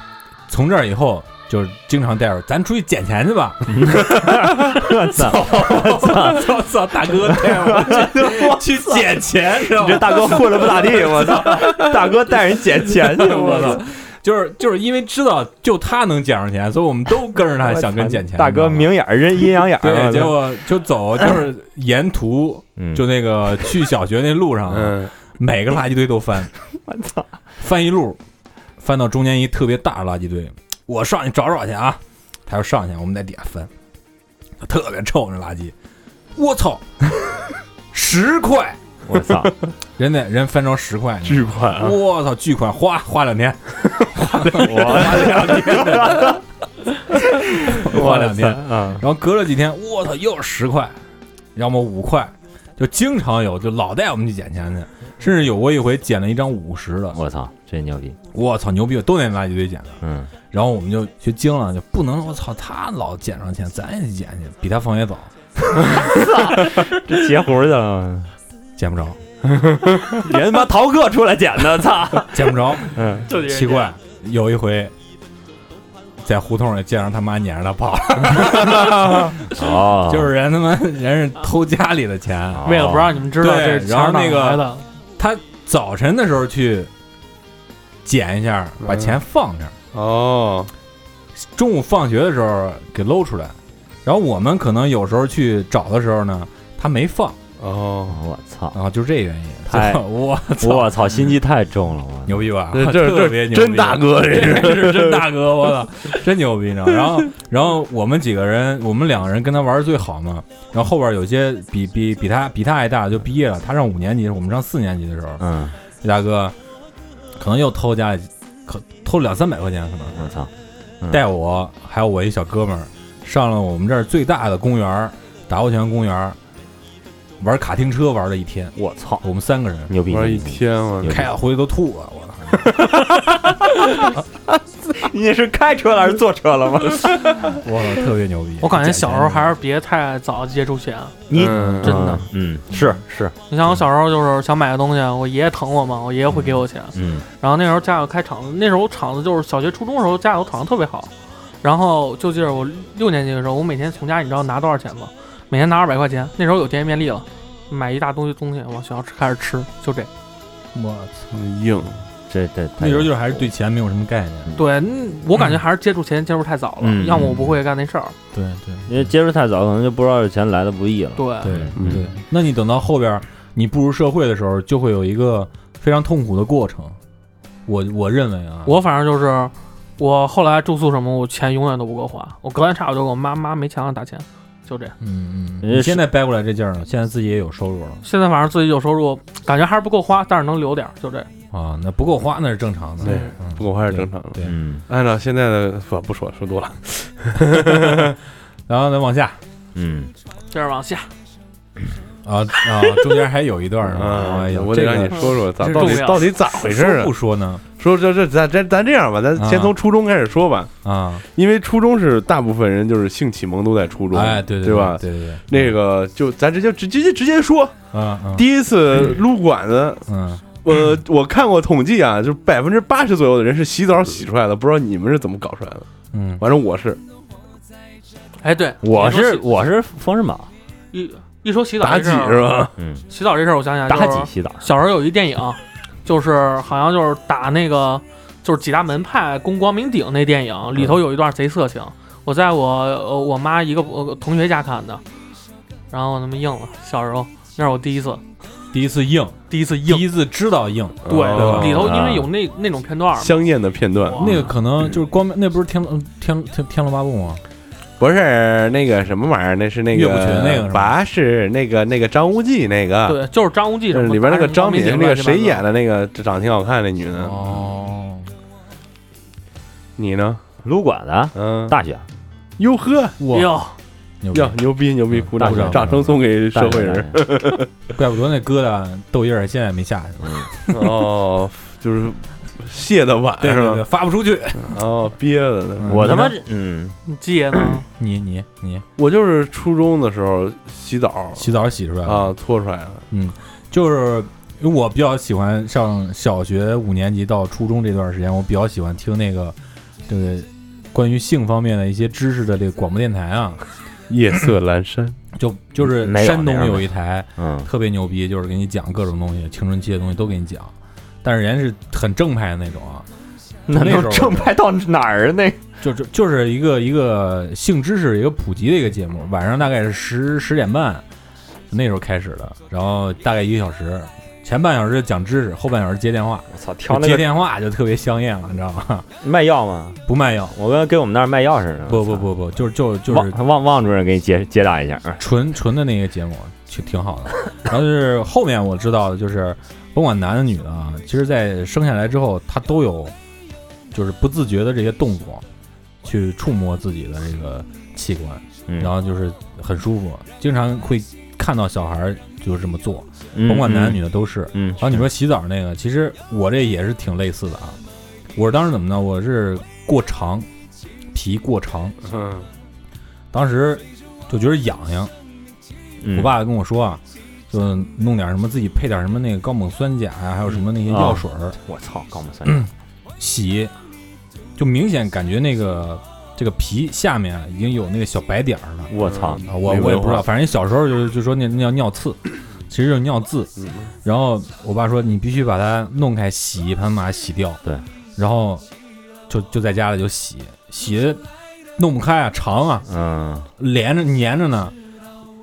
[SPEAKER 6] 从这儿以后就是经常带着咱出去捡钱去吧。我操！我操！操操！大哥带我去去捡钱，知道
[SPEAKER 8] 你这
[SPEAKER 6] 吗？
[SPEAKER 8] 大哥混了不咋地，我 操！大哥带人捡钱去，
[SPEAKER 6] 我
[SPEAKER 8] 我
[SPEAKER 6] 操
[SPEAKER 8] 操！！
[SPEAKER 6] 就是就是因为知道就他能捡上钱，所以我们都跟着他想跟捡钱。
[SPEAKER 8] 大
[SPEAKER 6] 你知道
[SPEAKER 8] 哥
[SPEAKER 6] 吗
[SPEAKER 8] 明眼儿人阴阳眼儿，
[SPEAKER 6] 对，
[SPEAKER 8] 我操
[SPEAKER 6] 结果就走，就是沿 途
[SPEAKER 8] 嗯
[SPEAKER 6] 就那个去小学那路上，
[SPEAKER 5] 嗯，
[SPEAKER 6] 每个垃圾堆都翻，
[SPEAKER 8] 我操！
[SPEAKER 6] 翻一路，翻到中间一特别大的垃圾堆，我上去找找去啊！他说上去，我们在底下翻，他特别臭那垃圾，我操，十块，
[SPEAKER 8] 我操！
[SPEAKER 6] 人家人翻成十块，你知道吗
[SPEAKER 5] 巨款啊！
[SPEAKER 6] 我操，巨款，花花两天，
[SPEAKER 8] 我
[SPEAKER 6] 花两天，
[SPEAKER 8] 啊！
[SPEAKER 6] 然后隔了几天，我操，又十块，要么五块，就经常有，就老带我们去捡钱去，甚至有过一回捡了一张五十的，
[SPEAKER 8] 我操，真牛逼！
[SPEAKER 6] 我操，牛逼，都在垃圾堆捡的。
[SPEAKER 8] 嗯
[SPEAKER 6] 然后我们就学精了，就不能我操他老捡上钱，咱也得捡去，比他放学早，
[SPEAKER 8] 这截胡去 了，
[SPEAKER 6] 捡不着，
[SPEAKER 8] 人他妈逃课出来捡的，操！
[SPEAKER 6] 捡不着，
[SPEAKER 8] 嗯，
[SPEAKER 7] 就得
[SPEAKER 6] 奇怪，有一回。在胡同里见着他妈撵着他跑了，
[SPEAKER 8] 哦，
[SPEAKER 5] 啊
[SPEAKER 6] 就是人他妈人是偷家里的钱，
[SPEAKER 8] 哦
[SPEAKER 7] 为了不让你们知道
[SPEAKER 6] 对
[SPEAKER 7] 这钱儿
[SPEAKER 6] 然后那个
[SPEAKER 7] 哪来的，
[SPEAKER 6] 早晨的时候去捡一下，把钱放那儿。
[SPEAKER 5] 哦，
[SPEAKER 6] 中午放学的时候给搂出来，然后我们可能有时候去找的时候呢，他没放，
[SPEAKER 5] 哦，
[SPEAKER 8] 我操！
[SPEAKER 6] 然后就是这原因。
[SPEAKER 8] 太
[SPEAKER 6] 我操，
[SPEAKER 8] 我 操，心机太重了，我
[SPEAKER 6] 牛逼吧？
[SPEAKER 5] 这这
[SPEAKER 6] 特别牛
[SPEAKER 5] 这真
[SPEAKER 6] 逼，啊
[SPEAKER 5] 大，哥，这是
[SPEAKER 6] 这是 真大哥，我操，真牛逼呢。然后，然后我们几个人，我们两个人跟他玩的最好嘛。然后后边有些比比比他比他还大就毕业了，他上五年级，我们上四年级的时候，
[SPEAKER 8] 嗯，
[SPEAKER 6] 这大哥可能又偷家里，可偷两三百块钱可能。
[SPEAKER 8] 嗯我操！
[SPEAKER 6] 带我还有我一小哥们儿上了我们这儿最大的公园儿达沃泉公园儿，玩卡丁车玩了一天，
[SPEAKER 8] 我操，
[SPEAKER 6] 我们三个人
[SPEAKER 8] 牛逼！
[SPEAKER 5] 玩一天我
[SPEAKER 8] 牛逼
[SPEAKER 6] 开啊回去都吐了，我操！
[SPEAKER 8] 你是开车了还是坐车了吗？
[SPEAKER 6] 我操，特别牛逼！
[SPEAKER 7] 我感觉小时候还是别太早接触钱。
[SPEAKER 8] 你
[SPEAKER 5] 嗯
[SPEAKER 7] 真的，
[SPEAKER 8] 嗯，是是，
[SPEAKER 7] 你像我小时候就是想买个东西，我爷爷疼我嘛，我爷爷会给我钱。
[SPEAKER 8] 嗯
[SPEAKER 7] 然后那时候家里有开厂子，那时候厂子就是小学、初中的时候家里有厂子特别好。然后就记得我六年级的时候，我每天从家你知道拿多少钱吗？每天拿二百块钱。那时候有店面便利了，买一大堆东西往学校吃开始吃，就这。
[SPEAKER 6] 我操，
[SPEAKER 5] 很嗯硬，
[SPEAKER 8] 这这
[SPEAKER 6] 那时候就是还是对钱没有什么概念。
[SPEAKER 7] 对，嗯我感觉还是接触钱接触太早了，
[SPEAKER 8] 嗯
[SPEAKER 7] 要么我不会干那事儿。
[SPEAKER 6] 对
[SPEAKER 8] 因为
[SPEAKER 6] 对
[SPEAKER 8] 接触太早，可能就不知道这钱来的不易了。
[SPEAKER 7] 对，
[SPEAKER 6] 对
[SPEAKER 5] 嗯
[SPEAKER 6] 对，那你等到后边儿你步入社会的时候，就会有一个非常痛苦的过程。我我认为啊，
[SPEAKER 7] 我反正就是，我后来住宿什么，我钱永远都不够花，我隔三差五就给我妈妈没钱了打钱，就这样。
[SPEAKER 6] 嗯嗯，
[SPEAKER 8] 人家
[SPEAKER 6] 你现在掰过来这劲儿了，现在自己也有收入了
[SPEAKER 7] 现在反正自己有收入，感觉还是不够花，但是能留点儿，就这样。
[SPEAKER 6] 啊，那不够花那是正常的。
[SPEAKER 5] 对
[SPEAKER 6] 嗯
[SPEAKER 5] 不过还是正常的。
[SPEAKER 6] 对，
[SPEAKER 8] 嗯
[SPEAKER 5] 按照现在的不不说说多了，
[SPEAKER 6] 然后咱往下
[SPEAKER 8] 嗯，
[SPEAKER 7] 接着往下，
[SPEAKER 6] 啊啊，中间还有一段儿 呢。
[SPEAKER 5] 嗯
[SPEAKER 6] 哎呦，
[SPEAKER 5] 我得
[SPEAKER 6] 这
[SPEAKER 5] 让
[SPEAKER 6] 个
[SPEAKER 5] 你说说咋
[SPEAKER 7] 这
[SPEAKER 5] 到底
[SPEAKER 7] 重要
[SPEAKER 5] 到底咋回事儿
[SPEAKER 6] 说
[SPEAKER 5] 啊
[SPEAKER 6] 不？说呢？
[SPEAKER 5] 说这这咱咱咱这样吧，咱
[SPEAKER 6] 啊
[SPEAKER 5] 先从初中开始说吧，
[SPEAKER 6] 啊，
[SPEAKER 5] 因为初中是大部分人就是性启蒙都在初中，
[SPEAKER 6] 哎，对
[SPEAKER 5] 对
[SPEAKER 6] 对
[SPEAKER 5] 吧？
[SPEAKER 6] 对对对，
[SPEAKER 5] 那个就咱直接直直接直接说，
[SPEAKER 6] 嗯嗯
[SPEAKER 5] 第一次撸管子，
[SPEAKER 6] 嗯，
[SPEAKER 5] 我我看过统计啊，就是百分之八十左右的人是洗澡洗出来的，不知道你们是怎么搞出来的。
[SPEAKER 6] 嗯，
[SPEAKER 5] 反正我是
[SPEAKER 7] 哎，对，
[SPEAKER 8] 我
[SPEAKER 7] 你说
[SPEAKER 8] 是
[SPEAKER 7] 洗
[SPEAKER 8] 我是丰绅宝，
[SPEAKER 7] 一一说洗澡
[SPEAKER 5] 妲
[SPEAKER 7] 这
[SPEAKER 5] 己
[SPEAKER 7] 事儿，
[SPEAKER 5] 是吧？
[SPEAKER 8] 嗯，
[SPEAKER 7] 洗澡这事儿，我想起来
[SPEAKER 8] 妲
[SPEAKER 7] 就是
[SPEAKER 8] 己洗澡，
[SPEAKER 7] 小时候有一电影，就是好像就是打那个就是几大门派攻光明顶那电影里头有一段贼色情，我在我呃我妈一个呃同学家看的，然后我他妈硬了，小时候那是我第一次
[SPEAKER 6] 第一次硬，
[SPEAKER 7] 第一次
[SPEAKER 6] 第
[SPEAKER 7] 硬，
[SPEAKER 6] 一次知道硬，
[SPEAKER 7] 对，
[SPEAKER 5] 哦
[SPEAKER 7] 里头因为有那那种片段嘛，
[SPEAKER 5] 香艳的片段
[SPEAKER 7] 哇
[SPEAKER 6] 那个可能就是光那不是天龙天天天龙八部吗？
[SPEAKER 5] 不是那个什么玩意儿，那是那个
[SPEAKER 6] 岳不群那个是吧
[SPEAKER 5] 八是那个那个张无忌那个，
[SPEAKER 7] 对，就是张无忌什
[SPEAKER 5] 就是
[SPEAKER 7] 么
[SPEAKER 5] 里边那个张敏
[SPEAKER 7] 敏
[SPEAKER 5] 那个谁演的那个长得挺好看那女的，
[SPEAKER 8] 嗯
[SPEAKER 6] 哦，
[SPEAKER 5] 你呢？
[SPEAKER 8] 撸管子，
[SPEAKER 5] 嗯，
[SPEAKER 8] 大学
[SPEAKER 5] 哟呵，
[SPEAKER 6] 哇，
[SPEAKER 7] 哟，
[SPEAKER 6] 牛逼
[SPEAKER 5] 哟牛逼牛逼，
[SPEAKER 6] 嗯
[SPEAKER 5] 鼓掌
[SPEAKER 6] 大学
[SPEAKER 5] 掌声送给社会人。，
[SPEAKER 8] 大学
[SPEAKER 6] 怪不得那疙瘩痘印儿现在也没下去，
[SPEAKER 5] 哦，就是卸的晚
[SPEAKER 6] 对
[SPEAKER 5] 是
[SPEAKER 6] 对
[SPEAKER 5] 吧
[SPEAKER 6] 对，？发不出去。
[SPEAKER 5] 哦，憋的呢。
[SPEAKER 6] 嗯
[SPEAKER 8] 我他妈哦
[SPEAKER 6] 你呢
[SPEAKER 8] 嗯，
[SPEAKER 7] 你记得呢？
[SPEAKER 6] 你你你
[SPEAKER 5] 我就是初中的时候洗澡
[SPEAKER 6] 洗澡洗出来了，
[SPEAKER 5] 啊，搓出来了。
[SPEAKER 6] 就是因为我比较喜欢上小学五年级到初中这段时间，我比较喜欢听那个这个关于性方面的一些知识的这个广播电台啊，
[SPEAKER 5] 夜色阑珊，
[SPEAKER 6] 就就是
[SPEAKER 8] 嗯没有
[SPEAKER 6] 山
[SPEAKER 8] 没有
[SPEAKER 6] 东有
[SPEAKER 8] 没
[SPEAKER 6] 一台
[SPEAKER 8] 嗯
[SPEAKER 6] 特别牛逼，就是给你讲各种东西，青春期的东西都给你讲，但是人家是很正派的那种啊，
[SPEAKER 8] 那
[SPEAKER 6] 那时
[SPEAKER 8] 能
[SPEAKER 6] 候
[SPEAKER 8] 正派到哪儿啊呢？
[SPEAKER 6] 就就就是一个一个性知识一个普及的一个节目，晚上大概是十十点半那时候开始的，然后大概一个小时，前半小时讲知识，后半小时接电话，
[SPEAKER 8] 我操，挑
[SPEAKER 6] 接
[SPEAKER 8] 那个
[SPEAKER 6] 电话就特别香艳了，你知道吗？
[SPEAKER 8] 卖药吗？
[SPEAKER 6] 不卖药，
[SPEAKER 8] 我跟跟我们那儿卖药似的。
[SPEAKER 6] 不不不不，就是就就是
[SPEAKER 8] 汪汪汪主任给你接接答一下，嗯
[SPEAKER 6] 纯纯的那个节目，挺挺好的。然后就是后面我知道的就是，甭管男的女的啊，其实，在生下来之后，他都有就是不自觉的这些动作，去触摸自己的这个器官。
[SPEAKER 8] 嗯，
[SPEAKER 6] 然后就是很舒服，经常会看到小孩儿就是这么做，
[SPEAKER 8] 嗯
[SPEAKER 6] 甭管男的女，的都是。
[SPEAKER 8] 嗯，
[SPEAKER 6] 然后你说洗澡那个，其实我这也是挺类似的啊。我是当时怎么呢？我是过长，皮过长，
[SPEAKER 5] 嗯，
[SPEAKER 6] 当时就觉得痒痒。
[SPEAKER 8] 嗯
[SPEAKER 6] 我，爸跟我说啊，就弄点什么自己配点什么那个高锰酸钾呀、还有什么那些
[SPEAKER 8] 哦
[SPEAKER 6] 药水儿、
[SPEAKER 8] 我操，高锰酸
[SPEAKER 6] 嗯
[SPEAKER 8] 钾，
[SPEAKER 6] 洗，就明显感觉那个这个皮下面啊已经有那个小白点儿了。
[SPEAKER 8] 我操，
[SPEAKER 6] 啊，我我也不知道，反正小时候就是就说那那叫尿渍，
[SPEAKER 8] 嗯
[SPEAKER 6] 其实就是尿渍。
[SPEAKER 5] 嗯
[SPEAKER 6] 然后我爸说你必须把它弄开，洗一盆把它洗掉。
[SPEAKER 8] 对，
[SPEAKER 6] 然后就就在家里就洗，洗得弄不开啊，长啊，
[SPEAKER 8] 嗯，
[SPEAKER 6] 连着粘着呢，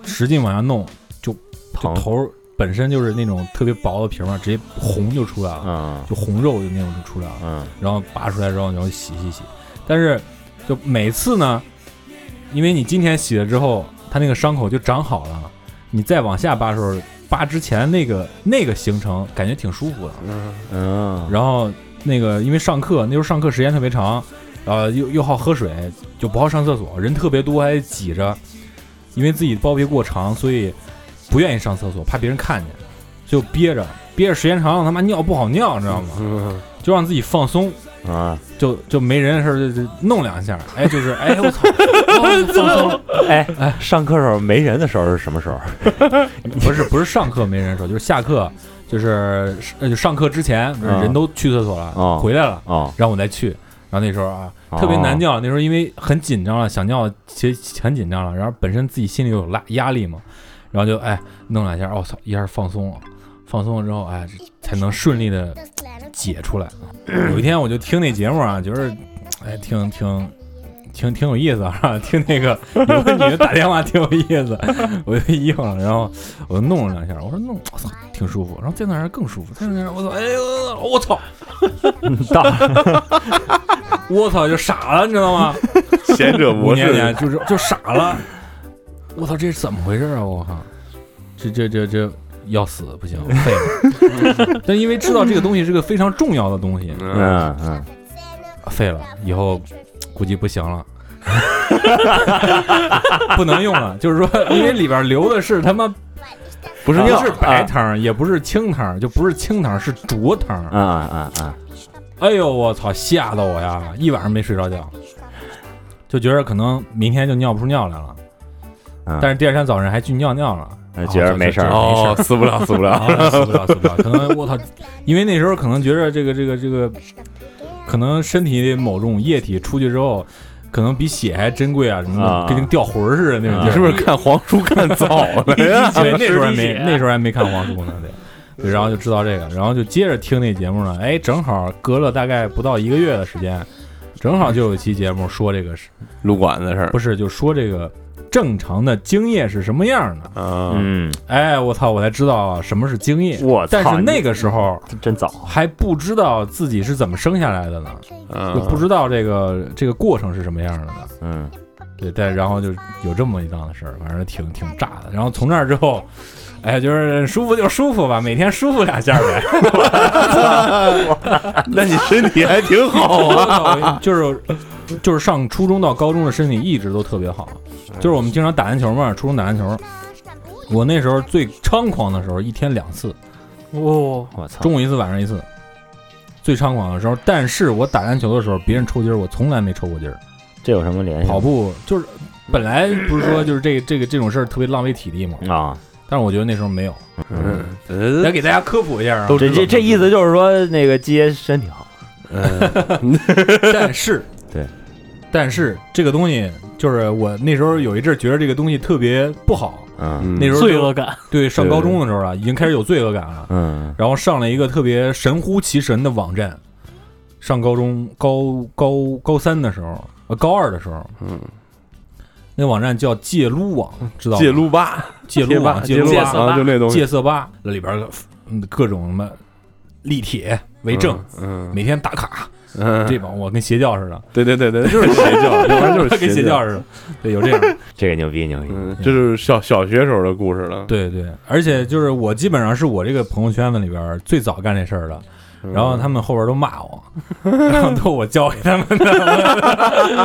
[SPEAKER 6] 使劲往下弄，就
[SPEAKER 8] 疼，
[SPEAKER 6] 头儿本身就是那种特别薄的皮儿嘛，直接红就出来了，
[SPEAKER 8] 嗯
[SPEAKER 6] 就红肉就那种就出来了。
[SPEAKER 8] 嗯
[SPEAKER 6] 然后拔出来之后然后洗洗洗，但是就每次呢，因为你今天洗了之后，它那个伤口就长好了，你再往下扒的时候，扒之前那个那个行程感觉挺舒服的。
[SPEAKER 5] 嗯
[SPEAKER 8] 嗯，
[SPEAKER 6] 然后那个因为上课那时候上课时间特别长，呃，又又好喝水，就不好上厕所，人特别多还挤着，因为自己包皮过长，所以不愿意上厕所，怕别人看见，就憋着，憋着时间长了他妈尿不好尿，你知道吗？
[SPEAKER 5] 嗯，
[SPEAKER 6] 就让自己放松，
[SPEAKER 8] 啊，
[SPEAKER 6] 就就没人的时候就就弄两下，哎，就是哎我操，哦放松了，
[SPEAKER 8] 哎，上课时候没人的时候是什么时候？
[SPEAKER 6] 不是不是上课没人的时候，就是下课，就是呃就上课之前
[SPEAKER 8] 嗯
[SPEAKER 6] 人都去厕所了，
[SPEAKER 8] 哦
[SPEAKER 6] 回来了，
[SPEAKER 8] 哦，
[SPEAKER 6] 然后我再去，然后那时候啊特别难尿，那时候因为很紧张了，想尿其实很紧张了，然后本身自己心里有拉压力嘛，然后就哎弄两下，我、操，一下放松了，放松了之后哎才能顺利的解出来。有一天我就听那节目啊，就是哎挺挺。挺挺有意思啊， 听那个有个女的打电话挺有意思， 我就应了，然后我就弄了两下，我说弄，我操，挺舒服，然后再弄两下更舒服，再弄两下，我操，哎呦，我操，
[SPEAKER 8] 到
[SPEAKER 6] 我操就傻了，你知道 吗？
[SPEAKER 5] 贤者
[SPEAKER 6] 五
[SPEAKER 5] 模
[SPEAKER 6] 年
[SPEAKER 5] 式
[SPEAKER 6] 年就是就傻了。我操，这是怎么回事啊？我靠，这这这这要死不行，废了。 但因为知道这个东西是个非常重要的东西，
[SPEAKER 5] 嗯，
[SPEAKER 8] 嗯嗯，
[SPEAKER 6] 废了，哎以后估计不行了。 不能用了，就是说，因为里边留的是他妈
[SPEAKER 5] 不是
[SPEAKER 6] 不
[SPEAKER 5] 尿
[SPEAKER 6] 是白汤，也不是清汤，就不是清汤，是浊汤。
[SPEAKER 8] 啊啊啊！
[SPEAKER 6] 哎呦，我操，吓得我呀，一晚上没睡着觉，就觉得可能明天就尿不出尿来了。
[SPEAKER 8] 嗯
[SPEAKER 6] 但是第二天早上还去尿尿了，
[SPEAKER 8] 嗯觉得没事儿
[SPEAKER 6] 啊没事
[SPEAKER 5] 哦
[SPEAKER 6] 儿，
[SPEAKER 5] 死不了，死不了，
[SPEAKER 6] 啊，死不了，死不了。可能我操，啊因为那时候可能觉着这个这个这个，可能身体某种液体出去之后，可能比血还珍贵啊，什么
[SPEAKER 8] 啊
[SPEAKER 6] 的，跟那个掉魂儿似的那种
[SPEAKER 5] 你
[SPEAKER 6] 劲
[SPEAKER 8] 啊
[SPEAKER 6] 儿。
[SPEAKER 5] 是不是看黄书看早 了呀？
[SPEAKER 6] 对，那时候还没
[SPEAKER 7] 吃滴血
[SPEAKER 6] 那时候还没看黄书呢，对。对，然后就知道这个，然后就接着听那节目呢。哎，正好隔了大概不到一个月的时间，正好就有一期节目说这个是
[SPEAKER 5] 撸管的事儿
[SPEAKER 6] 不是就说这个正常的精液是什么样的？
[SPEAKER 5] 啊，
[SPEAKER 8] 嗯，
[SPEAKER 6] 哎，我操，我才知道啊什么是精液。
[SPEAKER 8] 我操
[SPEAKER 6] 但是那个时候
[SPEAKER 8] 你真早
[SPEAKER 6] 还不知道自己是怎么生下来的呢，就
[SPEAKER 5] 嗯
[SPEAKER 6] 不知道这个这个过程是什么样的呢。
[SPEAKER 8] 嗯，
[SPEAKER 6] 对，但然后就有这么一档子事儿，反正挺挺炸的。然后从那儿之后，哎，就是舒服就舒服吧，每天舒服两下 呗。
[SPEAKER 5] 那你身体还挺
[SPEAKER 6] 哦
[SPEAKER 5] 好啊。
[SPEAKER 6] 就是就是上初中到高中的身体一直都特别好，就是我们经常打篮球嘛，初中打篮球，我那时候最猖狂的时候，一天两次，
[SPEAKER 7] 哦，
[SPEAKER 8] 我操，
[SPEAKER 6] 中午一次，晚上一次，最猖狂的时候。但是我打篮球的时候，别人抽筋儿，我从来没抽过筋儿。
[SPEAKER 8] 这有什么联系？
[SPEAKER 6] 跑步就是本来不是说就是这个这个这种事儿特别浪费体力嘛，
[SPEAKER 8] 啊，
[SPEAKER 6] 但是我觉得那时候没有。
[SPEAKER 8] 嗯，
[SPEAKER 6] 来给大家科普一下啊，
[SPEAKER 5] 都
[SPEAKER 8] 这
[SPEAKER 5] 知道
[SPEAKER 8] 这这意思就是说那个基爷身体好，
[SPEAKER 5] 嗯
[SPEAKER 6] 但是
[SPEAKER 8] 对，
[SPEAKER 6] 但是这个东西就是我那时候有一阵儿觉得这个东西特别不好，
[SPEAKER 8] 嗯
[SPEAKER 5] 嗯
[SPEAKER 6] 那时候就
[SPEAKER 7] 罪 恶感，
[SPEAKER 6] 对上高中的时候啊，已经开始有罪恶感了。
[SPEAKER 8] 嗯
[SPEAKER 6] 然后上了一个特别神乎其神的网站，上高中高高高三的时候，呃高二的时候，
[SPEAKER 5] 嗯，
[SPEAKER 6] 那网站叫戒撸网，知道吗
[SPEAKER 5] 戒撸吧，
[SPEAKER 6] 戒
[SPEAKER 5] 戒
[SPEAKER 6] 撸网
[SPEAKER 5] 吧，
[SPEAKER 6] 戒
[SPEAKER 5] 撸
[SPEAKER 6] 撸
[SPEAKER 7] 戒
[SPEAKER 6] 网
[SPEAKER 7] 色吧
[SPEAKER 5] 啊，就那东西
[SPEAKER 6] 戒色吧，那里边儿嗯各种什么立帖为证，，
[SPEAKER 5] 嗯
[SPEAKER 6] 每天打卡，
[SPEAKER 5] 嗯，
[SPEAKER 6] 这帮我跟邪教似的，
[SPEAKER 5] 对对对对，就是邪教， 要不然就是
[SPEAKER 6] 跟邪教。似的，对，有这样。
[SPEAKER 8] 这个牛逼牛逼，
[SPEAKER 5] 嗯，这就是小小学时候的故事了。
[SPEAKER 6] 对对，而且就是我基本上是我这个朋友圈子里边儿最早干这事儿的，
[SPEAKER 5] 嗯，
[SPEAKER 6] 然后 他们后边儿都骂我，然后都我教给他们的。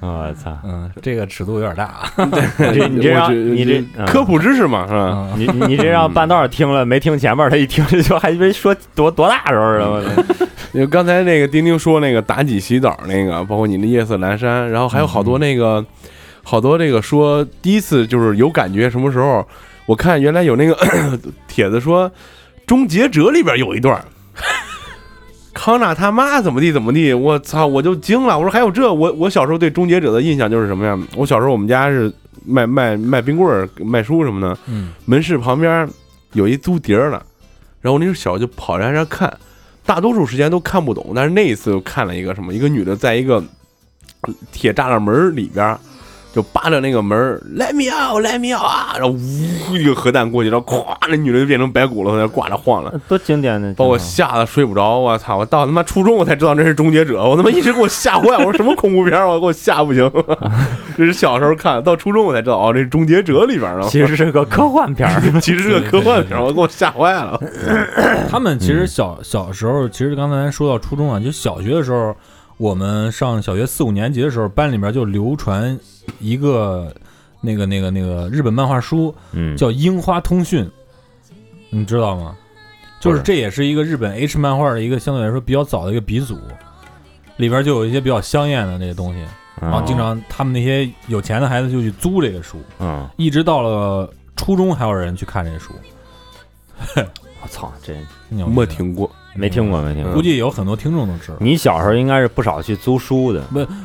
[SPEAKER 8] 我操，
[SPEAKER 6] 嗯，这个尺度有点大。啊
[SPEAKER 8] 这你这
[SPEAKER 5] 我
[SPEAKER 8] 让
[SPEAKER 5] 觉得
[SPEAKER 8] 你这嗯
[SPEAKER 5] 科普知识嘛，是吧？
[SPEAKER 6] 嗯，
[SPEAKER 8] 你你这让半道听了没听前面，他一听这就还以为说多多大时候了，
[SPEAKER 5] 因为刚才那个丁丁说那个妲己洗澡那个，包括你的夜色阑珊，然后还有好多那个，好多这个说第一次就是有感觉什么时候？我看原来有那个 帖子说《终结者》里边有一段。康纳他妈怎么地怎么地，我操，我就惊了。我说还有这，我我小时候对终结者的印象就是什么呀？我小时候我们家是卖卖卖冰棍儿、卖书什么的，
[SPEAKER 6] 嗯，
[SPEAKER 5] 门市旁边有一租碟儿的，然后我那时候小就跑着在那儿看，大多数时间都看不懂，但是那一次又看了一个什么，一个女的在一个呃铁栅栏门儿里边儿。就扒着那个门儿，Let me out，Let me out 啊！然后呜，一个核弹过去，然后咵，那女的就变成白骨了，在那儿挂着晃了，
[SPEAKER 8] 多经典的，
[SPEAKER 5] 把我吓得睡不着。我操！我到他妈初中我才知道这是终结者，我他妈一直给我吓坏。我说什么恐怖片儿，我给我吓不行。 这是小时候看，到初中我才知道哦，这是终结者里边儿的。
[SPEAKER 8] 其实是个科幻片儿，
[SPEAKER 5] 其实是个科幻片儿，我给我吓坏了。
[SPEAKER 6] 他们其实小小时候，其实刚才说到初中啊，就小学的时候，我们上小学四五年级的时候，班里面就流传一个那个那个那个日本漫画书，
[SPEAKER 8] 嗯，
[SPEAKER 6] 叫《樱花通讯》，你知道吗？就是这也是一个日本 H 漫画的一个相对来说比较早的一个鼻祖，里边就有一些比较香艳的那些东西，然后
[SPEAKER 8] 嗯
[SPEAKER 6] 经常他们那些有钱的孩子就去租这个书，
[SPEAKER 8] 嗯，
[SPEAKER 6] 一直到了初中还有人去看这书，
[SPEAKER 8] 我操，这
[SPEAKER 6] 牛逼
[SPEAKER 5] 没听过，
[SPEAKER 8] 没听过，嗯没听过
[SPEAKER 5] 嗯
[SPEAKER 6] 估。计有很多听众都知道。
[SPEAKER 8] 你小时候应该是不少去租书的，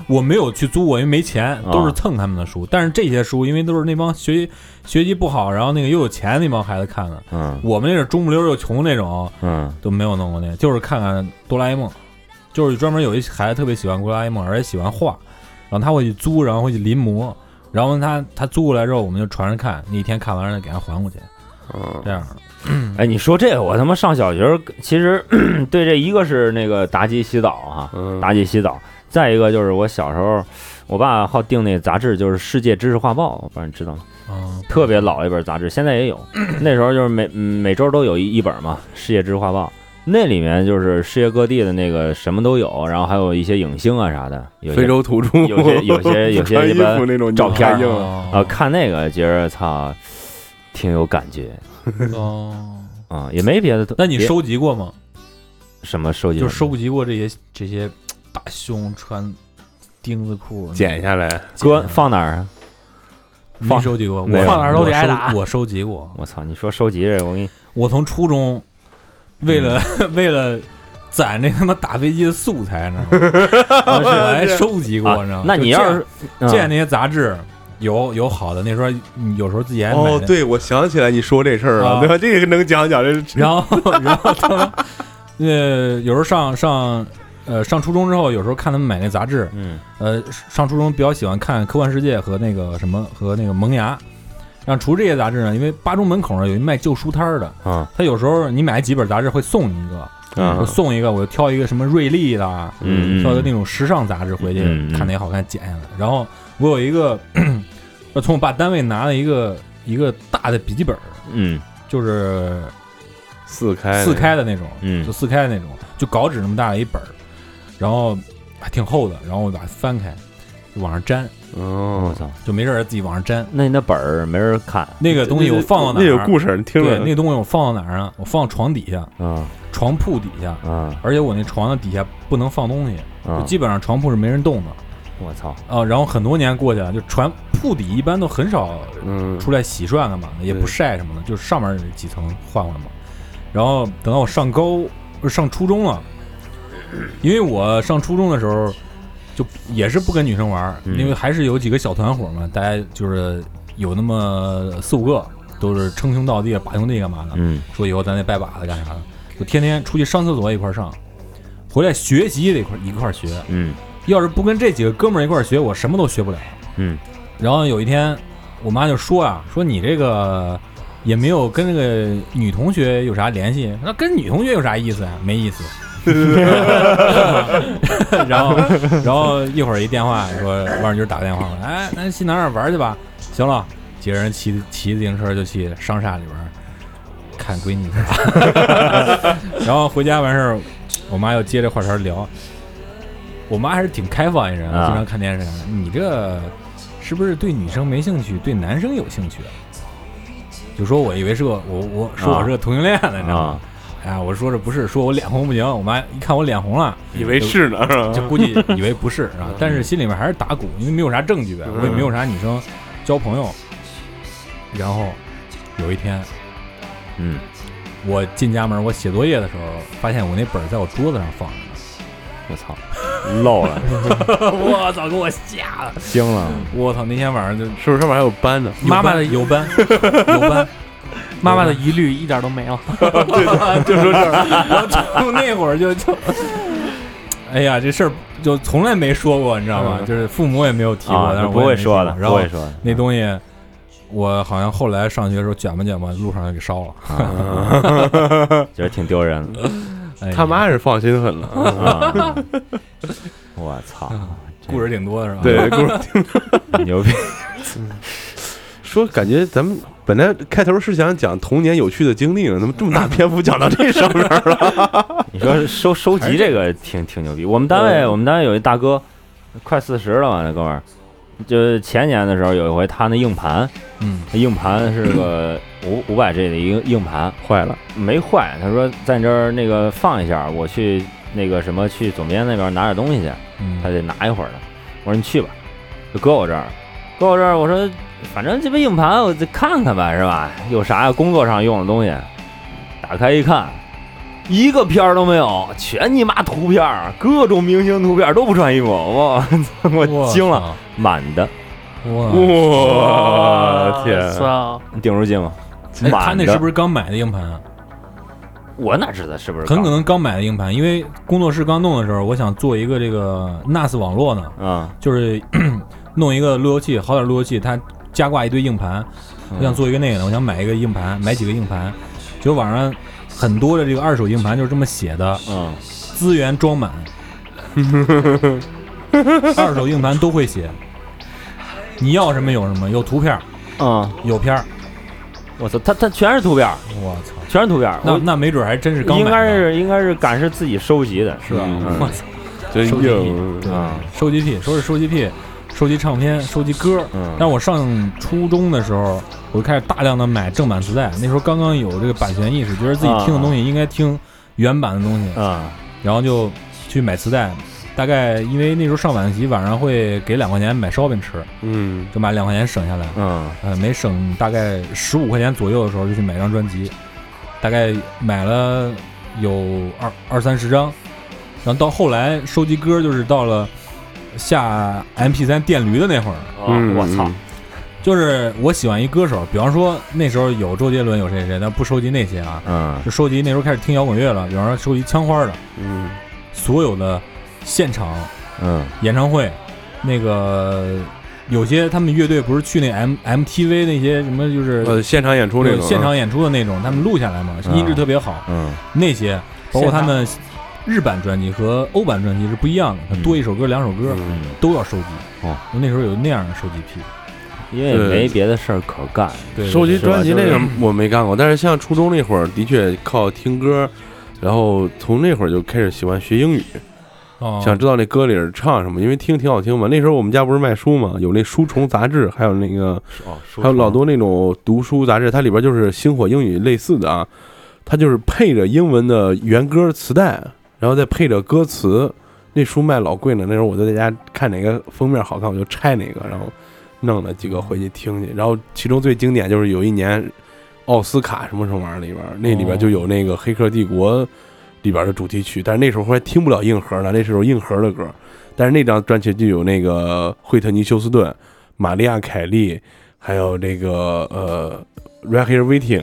[SPEAKER 6] 我没有去租，我因为没钱，
[SPEAKER 8] 啊
[SPEAKER 6] 都是蹭他们的书。但是这些书，因为都是那帮学习学习不好，然后那个又有钱那帮孩子看的。
[SPEAKER 8] 嗯
[SPEAKER 6] 我们那是中不溜儿又穷那种，
[SPEAKER 8] 嗯
[SPEAKER 6] 都没有弄过那，就是看看哆啦 A 梦，就是专门有一孩子特别喜欢哆啦 A 梦，而且喜欢画，然后他会去租，然后会去临摹，然后他他租过来之后，我们就传着看，那一天看完了给他还过去，
[SPEAKER 7] 嗯
[SPEAKER 5] 啊
[SPEAKER 6] 这样
[SPEAKER 8] 哎，你说这个，我他妈上小学儿其实 对这一个是那个妲己洗澡哈，
[SPEAKER 5] 嗯
[SPEAKER 8] 妲己洗澡，再一个就是我小时候，我爸好订那杂志，就是《世界知识画报》，我不知道你知道吗？
[SPEAKER 6] 嗯，
[SPEAKER 8] 特别老一本杂志，现在也有。那时候就是每嗯每周都有一一本嘛，《世界知识画报》，那里面就是世界各地的那个什么都有，然后还有一些影星啊啥的，有些
[SPEAKER 5] 非洲土著，
[SPEAKER 8] 有些有 些有些
[SPEAKER 5] 穿
[SPEAKER 8] 一
[SPEAKER 5] 衣
[SPEAKER 8] 般
[SPEAKER 5] 服那种
[SPEAKER 8] 照片儿
[SPEAKER 5] 硬了，
[SPEAKER 6] 啊
[SPEAKER 8] 啊，看那个觉着操，挺有感觉
[SPEAKER 6] 哦，
[SPEAKER 8] 啊、也没别的东。
[SPEAKER 6] 那你
[SPEAKER 8] 别
[SPEAKER 6] 收集过吗？
[SPEAKER 8] 什么收集？
[SPEAKER 6] 就收集过这些这些大胸穿钉子裤，
[SPEAKER 5] 剪下来，
[SPEAKER 8] 搁放哪儿啊？
[SPEAKER 6] 没
[SPEAKER 8] 放
[SPEAKER 6] 收集过，我
[SPEAKER 8] 没有放
[SPEAKER 7] 哪儿都得
[SPEAKER 6] 我收
[SPEAKER 7] 挨打
[SPEAKER 6] 我收集过，
[SPEAKER 8] 我操！你说收集这个，我给你
[SPEAKER 6] 我从初中为了
[SPEAKER 8] 嗯
[SPEAKER 6] 为了攒这他妈打飞机的素材，你知 道吗？我还收集过，你知道吗？，
[SPEAKER 8] 啊那
[SPEAKER 6] 就
[SPEAKER 8] 你要
[SPEAKER 6] 见
[SPEAKER 8] 是嗯
[SPEAKER 6] 见那些杂志，有有好的，那时候有时候自
[SPEAKER 8] 哎
[SPEAKER 6] 己还买
[SPEAKER 5] 哦
[SPEAKER 6] 那，，
[SPEAKER 5] 对，我想起来你说这事儿
[SPEAKER 8] 哦
[SPEAKER 5] 了，
[SPEAKER 6] 啊
[SPEAKER 5] 对吧？这个能讲讲，这是
[SPEAKER 6] 然后 然后他们呃有时候上上呃上初中之后，有时候看他们买那杂志，
[SPEAKER 8] 嗯
[SPEAKER 6] 呃，上初中比较喜欢看《科幻世界》和那个什么和那个《萌芽》。然后除这些杂志呢，因为八中门口呢有一卖旧书摊儿的，
[SPEAKER 8] 啊
[SPEAKER 6] 他有时候你买几本杂志会送你一个，
[SPEAKER 5] 啊
[SPEAKER 6] 我送一个，我就挑一个什么瑞丽的啊，
[SPEAKER 8] 嗯嗯嗯
[SPEAKER 6] 挑一个那种时尚杂志回去、
[SPEAKER 8] 嗯嗯
[SPEAKER 6] 看哪个好看剪下来。然后我有一个，我从我爸单位拿了一个一个大的笔记本儿，
[SPEAKER 8] 嗯
[SPEAKER 6] 就是
[SPEAKER 5] 四开
[SPEAKER 6] 四开的那种，
[SPEAKER 8] 哎嗯
[SPEAKER 6] 就四开的那种，就稿纸那么大的一本儿，然后还挺厚的，然后我把它翻开，就往上粘。
[SPEAKER 8] 我
[SPEAKER 5] 哦，
[SPEAKER 8] 操！
[SPEAKER 6] 就没事儿自己往上粘。
[SPEAKER 8] 那你那本儿没人看
[SPEAKER 6] 那个东西我放到哪
[SPEAKER 5] 那
[SPEAKER 6] 儿？
[SPEAKER 5] 有故事，你听
[SPEAKER 6] 对，
[SPEAKER 5] 着，
[SPEAKER 6] 那东西我放到哪儿啊？我放床底下，
[SPEAKER 8] 啊
[SPEAKER 6] 床铺底下，
[SPEAKER 8] 啊
[SPEAKER 6] 而且我那床的底下不能放东西，就
[SPEAKER 8] 啊！
[SPEAKER 6] 基本上床铺是没人动的
[SPEAKER 8] 我操！
[SPEAKER 6] 啊。然后很多年过去了，就床铺底一般都很少
[SPEAKER 5] 嗯，
[SPEAKER 6] 出来洗涮干嘛的，也不
[SPEAKER 5] 对
[SPEAKER 6] 晒什么的，就是上面几层换换嘛。然后等到我上高不是上初中了，因为我上初中的时候就也是不跟女生玩儿，
[SPEAKER 8] 嗯
[SPEAKER 6] 因为还是有几个小团伙嘛，大家就是有那么四五个都是称兄道弟、把兄弟干嘛的，
[SPEAKER 8] 嗯
[SPEAKER 6] 说以后咱得拜把子干啥的，就天天出去上厕所一块儿上，回来学习也得一块儿一块儿学。
[SPEAKER 8] 嗯
[SPEAKER 6] 要是不跟这几个哥们儿一块儿学，我什么都学不了。
[SPEAKER 8] 嗯
[SPEAKER 6] 然后有一天，我妈就说啊，说你这个也没有跟那个女同学有啥联系，那跟女同学有啥意思啊？没意思。 然后，然后一会儿一电话说，王军打个电话过来，哎，咱去哪儿玩去吧？行了，几个人骑骑自行车就去商厦里边儿看闺女去了。 然后回家完事儿，我妈又接着话茬儿聊。我妈还是挺开放一人，
[SPEAKER 8] 啊
[SPEAKER 6] 经常看电视。你这是不是对女生没兴趣，对男生有兴趣啊？就说我以为是个我我说我是个同性恋呢，你知道吗
[SPEAKER 8] 啊？
[SPEAKER 6] 哎呀，我说这不是，说我脸红不行。我妈一看我脸红了，
[SPEAKER 5] 以为是呢，
[SPEAKER 6] 就估计以为不是 啊，但是心里面还是打鼓，因为没有啥证据，我也没有啥女生交朋友。然后有一天
[SPEAKER 8] 嗯
[SPEAKER 6] 我进家门，我写作业的时候，发现我那本儿在我桌子上放着呢。
[SPEAKER 8] 我操！漏了，
[SPEAKER 6] 我操，给我吓的！
[SPEAKER 8] 惊了！
[SPEAKER 6] 我操，那天晚上就是
[SPEAKER 5] 不是上面还有斑呢？
[SPEAKER 7] 妈妈的
[SPEAKER 6] 有班有班，
[SPEAKER 7] 妈妈的疑虑一点都没了。
[SPEAKER 6] 就说这儿，我从那会儿就就，哎呀，这事儿就从来没说过，你知道吗？
[SPEAKER 5] 嗯
[SPEAKER 6] 就是父母也没有提过，
[SPEAKER 8] 啊，
[SPEAKER 6] 但是
[SPEAKER 8] 那
[SPEAKER 6] 我
[SPEAKER 8] 不
[SPEAKER 6] 也
[SPEAKER 8] 会
[SPEAKER 6] 没
[SPEAKER 8] 说
[SPEAKER 6] 过
[SPEAKER 8] 的，
[SPEAKER 6] 然
[SPEAKER 8] 不
[SPEAKER 6] 后
[SPEAKER 8] 会说的。
[SPEAKER 6] 那东西，我好像后来上学的时候卷吧卷吧，路上就给烧了。
[SPEAKER 8] 觉得挺丢人 的。
[SPEAKER 6] 哎呀
[SPEAKER 5] 他妈是放心狠了，
[SPEAKER 8] 啊 我操！
[SPEAKER 6] 故事挺多的是吧？
[SPEAKER 5] 对，故事
[SPEAKER 8] 牛逼！
[SPEAKER 5] 说感觉咱们本来开头是想讲童年有趣的经历呢，怎么这么大篇幅讲到这上面了？
[SPEAKER 8] 你说收收集这个挺挺牛逼。我们单位我们单位有一大哥，快四十了嘛，那哥们儿，就是前年的时候有一回，他那硬盘，
[SPEAKER 6] 嗯，
[SPEAKER 8] 那硬盘是 个五五百 G 的一个硬盘
[SPEAKER 5] 坏了，
[SPEAKER 8] 没坏，他说在你这儿那个放一下，我去那个什么去总监那边拿点东西去，
[SPEAKER 6] 嗯
[SPEAKER 8] 他得拿一会儿呢。我说你去吧，就搁我这儿，搁我这儿。我说反正这不硬盘，我再看看吧，是吧？有啥工作上用的东西？打开一看，一个片儿都没有，全你妈图片儿，各种明星图片儿都不穿衣服，我我惊了，，满的，
[SPEAKER 6] 哇操！
[SPEAKER 5] 我哦天！
[SPEAKER 7] 操！
[SPEAKER 8] 你顶住劲吗？
[SPEAKER 6] 哎他
[SPEAKER 8] 满
[SPEAKER 6] 那
[SPEAKER 8] 的，
[SPEAKER 6] 是不是刚买的硬盘啊？
[SPEAKER 8] 我哪知道是不是？
[SPEAKER 6] 很可能刚买的硬盘，因为工作室刚弄的时候，我想做一个这个 NAS 网络呢，
[SPEAKER 8] 啊，
[SPEAKER 6] 就是 弄一个路由器，好点路由器，它加挂一堆硬盘，
[SPEAKER 8] 嗯
[SPEAKER 6] 我想做一个那个的，我想买一个硬盘，买几个硬盘，结果网上很多的这个二手硬盘就是这么写的，
[SPEAKER 8] 嗯，
[SPEAKER 6] 资源装 满，二手硬盘都会写，你要什么有什么，有图片儿，
[SPEAKER 8] 嗯，
[SPEAKER 6] 有片儿，
[SPEAKER 8] 我操，他他全是图片儿，
[SPEAKER 6] 我操，
[SPEAKER 8] 全是图片儿，
[SPEAKER 6] 那
[SPEAKER 8] 我
[SPEAKER 6] 那没准还真是刚买
[SPEAKER 8] 应
[SPEAKER 6] 的，
[SPEAKER 8] 该是应该是赶是自己收集的，
[SPEAKER 6] 是吧？
[SPEAKER 8] 嗯
[SPEAKER 6] 我操，
[SPEAKER 5] 真
[SPEAKER 6] 收集
[SPEAKER 5] 硬
[SPEAKER 6] 对
[SPEAKER 8] 啊，
[SPEAKER 6] 收集癖，说是收集癖，收集唱片，收集歌。
[SPEAKER 8] 嗯，
[SPEAKER 6] 但我上初中的时候，我就开始大量的买正版磁带，那时候刚刚有这个版权意识，觉得自己听的东西应该听原版的东西，
[SPEAKER 8] 啊，
[SPEAKER 6] 然后就去买磁带。大概因为那时候上晚自习，晚上会给两块钱买烧饼吃，
[SPEAKER 5] 嗯，
[SPEAKER 6] 就把两块钱省下来。
[SPEAKER 8] 嗯
[SPEAKER 6] 呃，每省大概十五块钱左右的时候，就去买一张专辑，大概买了有二二三十张，然后到后来收集歌，就是到了下 MP 三电驴的那会儿，
[SPEAKER 8] 嗯，我操，
[SPEAKER 6] 就是我喜欢一歌手，比方说那时候有周杰伦，有谁谁，但不收集那些啊，
[SPEAKER 8] 嗯
[SPEAKER 6] 就收集那时候开始听摇滚乐了，比方说收集枪花的，
[SPEAKER 5] 嗯，
[SPEAKER 6] 所有的现场
[SPEAKER 8] 嗯
[SPEAKER 6] 演唱会，那个有些他们乐队不是去那 M MTV 那些什么就是
[SPEAKER 5] 呃，现场演出这
[SPEAKER 6] 对
[SPEAKER 5] 种，
[SPEAKER 6] 现场演出的那种，他们录下来嘛，
[SPEAKER 8] 嗯
[SPEAKER 6] 音质特别好。
[SPEAKER 8] 嗯
[SPEAKER 6] 那些包括他们日版专辑和欧版专辑是不一样的，
[SPEAKER 8] 嗯
[SPEAKER 6] 多一首歌、两首歌
[SPEAKER 5] 嗯
[SPEAKER 6] 都要收集。
[SPEAKER 8] 哦，
[SPEAKER 6] 那时候有那样的收集癖。
[SPEAKER 8] 因为没别的事儿可干，
[SPEAKER 6] 对，
[SPEAKER 5] 收集
[SPEAKER 8] 是吧
[SPEAKER 5] 专辑那个
[SPEAKER 8] 就是
[SPEAKER 5] 我没干过，但是像初中那会儿，的确靠听歌，然后从那会儿就开始喜欢学英语，
[SPEAKER 6] 哦
[SPEAKER 5] 想知道那歌里儿唱什么，因为听挺好听嘛。那时候我们家不是卖书嘛，有那书虫杂志，还有那个
[SPEAKER 8] 哦，
[SPEAKER 5] 还有老多那种读书杂志，它里边就是星火英语类似的啊，它就是配着英文的原歌磁带，然后再配着歌词。那书卖老贵了，那时候我就在家看哪个封面好看，我就拆哪个，然后弄了几个回去听去。然后其中最经典就是有一年奥斯卡什么什么玩意儿里边，那里边就有那个《黑客帝国》里边的主题曲，但是那时候还听不了硬核呢，那时候硬核的歌。但是那张专辑就有那个惠特尼·休斯顿、玛利亚·凯莉，还有这个呃《Right Here Waiting》，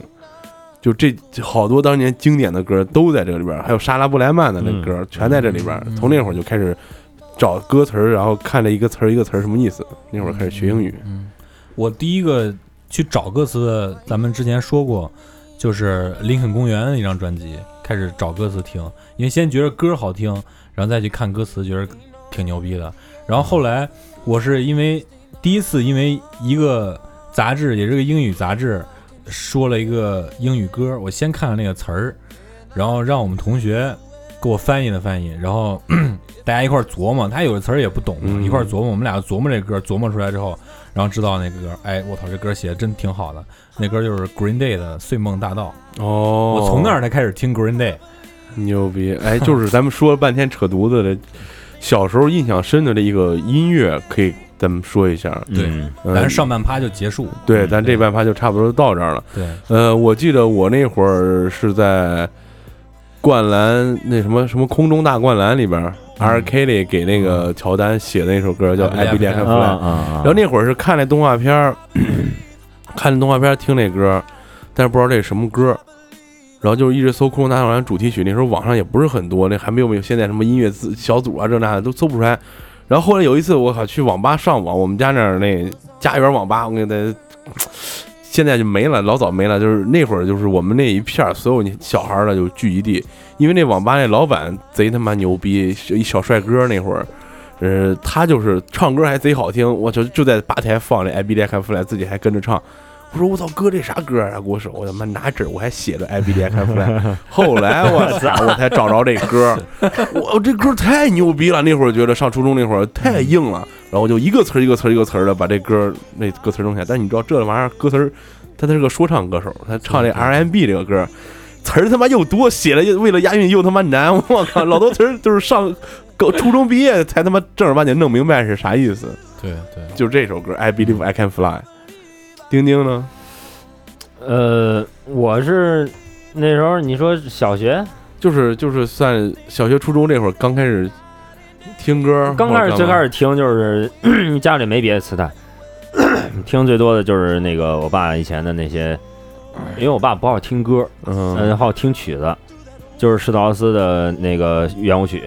[SPEAKER 5] 就这好多当年经典的歌都在这里边儿，还有莎拉布莱曼的那歌、全在这里边儿。从那会儿就开始找歌词儿，然后看着一个词儿一个词儿什么意思，那会儿开始学英语。
[SPEAKER 6] 嗯，我第一个去找歌词的，咱们之前说过，就是《林肯公园》那张专辑，开始找歌词听，因为先觉得歌好听，然后再去看歌词，觉得挺牛逼的。然后后来我是因为第一次因为一个杂志，也是个英语杂志，说了一个英语歌，我先看了那个词儿，然后让我们同学给我翻译了翻译，然后 大家一块儿琢磨，他有的词儿也不懂，
[SPEAKER 5] 嗯
[SPEAKER 6] 一块儿琢磨，我们俩琢磨这歌，琢磨出来之后，然后知道那个歌，哎，我操，这歌写的真挺好的，那歌就是 Green Day 的《睡梦大道》，
[SPEAKER 5] 哦
[SPEAKER 6] 我从那儿才开始听 Green Day，
[SPEAKER 5] 牛逼！哎，就是咱们说了半天扯犊子的，小时候印象深的这一个音乐，可以咱们说一下。
[SPEAKER 8] 嗯
[SPEAKER 5] 嗯
[SPEAKER 6] 咱上半趴就结束，
[SPEAKER 5] 对，咱这半趴就差不多到这儿了。
[SPEAKER 6] 对，
[SPEAKER 5] 呃，我记得我那会儿是在灌篮那什么什么空中大灌篮里边儿，R. Kelly 给那个乔丹写的那首歌叫《I
[SPEAKER 6] I
[SPEAKER 5] b e l i
[SPEAKER 6] Believe
[SPEAKER 5] e
[SPEAKER 6] I
[SPEAKER 5] v
[SPEAKER 6] Can
[SPEAKER 8] 啊
[SPEAKER 5] Fly》，
[SPEAKER 8] 啊啊
[SPEAKER 5] 然后那会儿是看那动画片儿， 看那动画片儿听那歌儿，但是不知道这是什么歌儿，然后就一直搜《空中大灌篮》主题曲。那时候网上也不是很多，那还没有没有现在什么音乐自小组啊这那的都搜不出来。然后后来有一次，我靠去网吧上网，我们家那儿那家园网吧，我给它。现在就没了，老早没了。就是那会儿，就是我们那一片儿所有你小孩儿的就聚一地，因为那网吧那老板贼他妈牛逼，一小帅哥那会儿，呃，他就是唱歌还贼好听，我就就在吧台放那《I Be Like a Fly》，自己还跟着唱。我说我操哥这啥歌啊？给我手，我他妈拿纸我还写着 I B D I Can Fly。后来我操，我才找着这歌，我这歌太牛逼了。那会儿觉得上初中那会儿太硬了，然后我就一个词儿一个词儿一个词儿的把这歌那歌词儿弄下来。但你知道这玩意儿歌词儿，他他是个说唱歌手，他唱这 R N B 这个歌。词儿他妈又多，写了又为了押韵又他妈难，我靠，老多词儿就是上高初中毕业才他妈正儿八经弄明白是啥意思。
[SPEAKER 6] 对对，
[SPEAKER 5] 就是这首歌《I Believe I Can Fly》。丁丁呢？
[SPEAKER 8] 呃，我是那时候你说小学
[SPEAKER 5] 就是就是算小学初中这会儿刚开始听歌，
[SPEAKER 8] 刚开始最开
[SPEAKER 5] 始
[SPEAKER 8] 始听就是家里没别的磁带， 听最多的就是那个我爸以前的那些，因为我爸不好听歌，
[SPEAKER 5] 嗯
[SPEAKER 8] 嗯，好听曲子，就是施特劳斯的那个圆舞曲，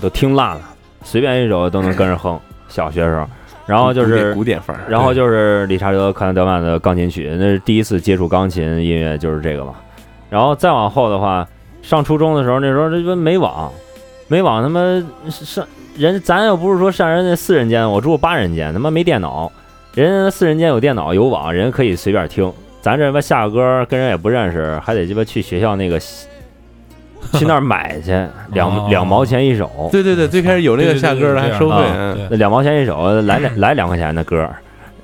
[SPEAKER 8] 都听烂了，随便一首都能跟着哼。小学时候，然后就
[SPEAKER 5] 古典
[SPEAKER 8] 是
[SPEAKER 5] 古典范儿，
[SPEAKER 8] 然后就是理查德·克兰德曼的钢琴曲，那是第一次接触钢琴音乐，就是这个嘛。然后再往后的话，上初中的时候，那时候这不没网，没网他妈上人咱又不是说上人家四人间，我住八人间，他妈没电脑，人家四人间有电脑有网，人家可以随便听，咱这他妈下个歌跟人也不认识，还得鸡巴去学校那个去那儿买去，
[SPEAKER 6] 哦
[SPEAKER 8] 两两毛钱一首。
[SPEAKER 5] 对对对，最开始有那个下歌的还收费，嗯
[SPEAKER 6] 对
[SPEAKER 8] 那两毛钱一首，来 两来两块钱的歌儿，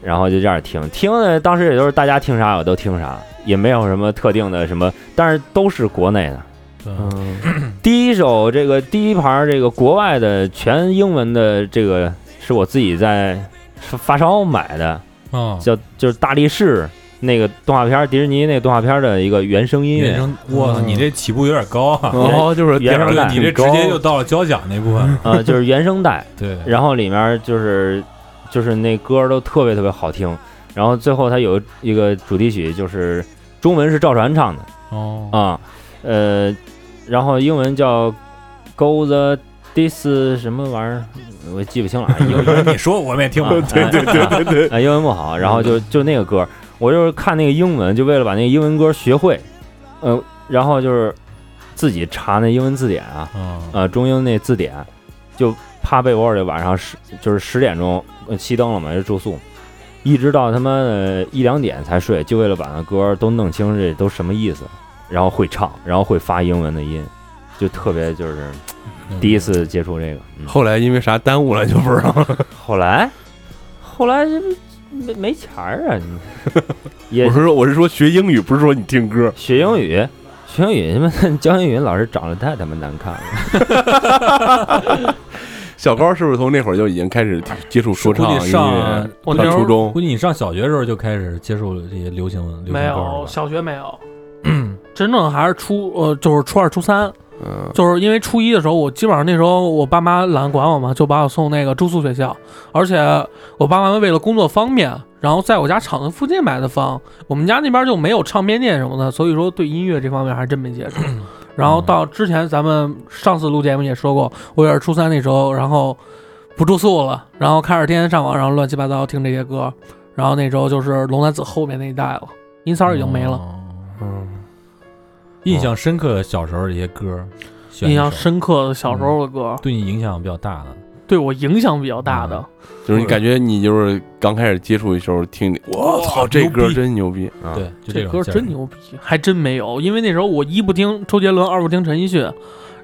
[SPEAKER 8] 然后就这样听听的，当时也都是大家听啥我都听啥，也没有什么特定的什么，但是都是国内的。
[SPEAKER 6] 对
[SPEAKER 5] 嗯，
[SPEAKER 8] 第一首这个第一盘这个国外的全英文的这个是我自己在发烧买的，
[SPEAKER 6] 啊，
[SPEAKER 8] 叫就是大力士那个动画片儿，迪士尼那个动画片儿的一个原声音
[SPEAKER 6] 变
[SPEAKER 8] 乐。
[SPEAKER 6] 成我操，
[SPEAKER 5] 嗯
[SPEAKER 6] 你这起步有点高啊，
[SPEAKER 5] 然后就是
[SPEAKER 8] 原声带
[SPEAKER 6] 你这直接就到了交响那部
[SPEAKER 5] 嗯
[SPEAKER 6] 分了，
[SPEAKER 8] 呃，就是原声带，
[SPEAKER 6] 对，
[SPEAKER 8] 然后里面就是就是那歌儿都特别特别好听，然后最后它有一个主题曲，就是中文是赵传唱的
[SPEAKER 6] 哦，
[SPEAKER 5] 嗯
[SPEAKER 8] 啊、呃，然后英文叫 Go the Dis 什么玩意儿，我也记不清了，啊 英文
[SPEAKER 6] 哎你说我们也听 不懂，
[SPEAKER 8] 对对对对 对，啊，英文不好，然后就就那个歌儿，我就是看那个英文，就为了把那个英文歌儿学会，嗯、然后就是自己查那英文字典啊，
[SPEAKER 6] 啊，
[SPEAKER 5] 嗯
[SPEAKER 8] 呃中英那字典，就趴被窝里晚上十就是十点钟呃熄灯了嘛，就住宿，一直到他妈的一两点才睡，就为了把那歌儿都弄清这都什么意思，然后会唱，然后会发英文的音，就特别就是第一次接触这个。嗯、
[SPEAKER 5] 后来因为啥耽误了就不知道了。
[SPEAKER 8] 后来后来这不没没钱 儿啊，你也
[SPEAKER 5] 我是说我是说学英语，不是说你听歌。
[SPEAKER 8] 学英语，学英语他妈 教英语老师长得太他妈难看了。
[SPEAKER 5] 小高是不是从那会儿就已经开始接触说唱
[SPEAKER 6] 估
[SPEAKER 5] 音
[SPEAKER 6] 计
[SPEAKER 5] 乐
[SPEAKER 6] 上？
[SPEAKER 7] 我那
[SPEAKER 5] 上
[SPEAKER 7] 时
[SPEAKER 5] 初
[SPEAKER 7] 候
[SPEAKER 5] 中
[SPEAKER 6] 估计你上小学的时候就开始接触这些流行流行
[SPEAKER 7] 没
[SPEAKER 6] 歌
[SPEAKER 7] 有
[SPEAKER 6] 了吧
[SPEAKER 7] 小学没 有，真正还是初呃就是初二初三，
[SPEAKER 5] 嗯，
[SPEAKER 7] 就是因为初一的时候，我基本上那时候我爸妈懒得管我嘛，就把我送那个住宿学校，而且我爸妈为了工作方便，然后在我家厂子附近买的房，我们家那边就没有唱片店什么的，所以说对音乐这方面还真没接 触。然
[SPEAKER 6] 嗯
[SPEAKER 7] 后到之前咱们上次录节目也说过，我也是初三那时候，然后不住宿了，然后开始天天上网，然后乱七八糟听这些歌，然后那时候就是龙丹子后面那一代了，音三儿已经没了。
[SPEAKER 6] 哦
[SPEAKER 5] 嗯
[SPEAKER 6] 印象深刻的小时候这些歌，选一
[SPEAKER 7] 印象
[SPEAKER 6] 首
[SPEAKER 7] 深刻的小时候的歌，
[SPEAKER 6] 对你影响比较大的，
[SPEAKER 7] 对我影响比较大的，
[SPEAKER 5] 就是你感觉你就是刚开始接触的时候听你，我操，这歌真牛逼啊！
[SPEAKER 6] 对，就
[SPEAKER 7] 这
[SPEAKER 6] 种
[SPEAKER 7] 歌
[SPEAKER 6] 劲儿
[SPEAKER 7] 真牛逼，还真没有。因为那时候我一不听周杰伦，二不听陈奕迅，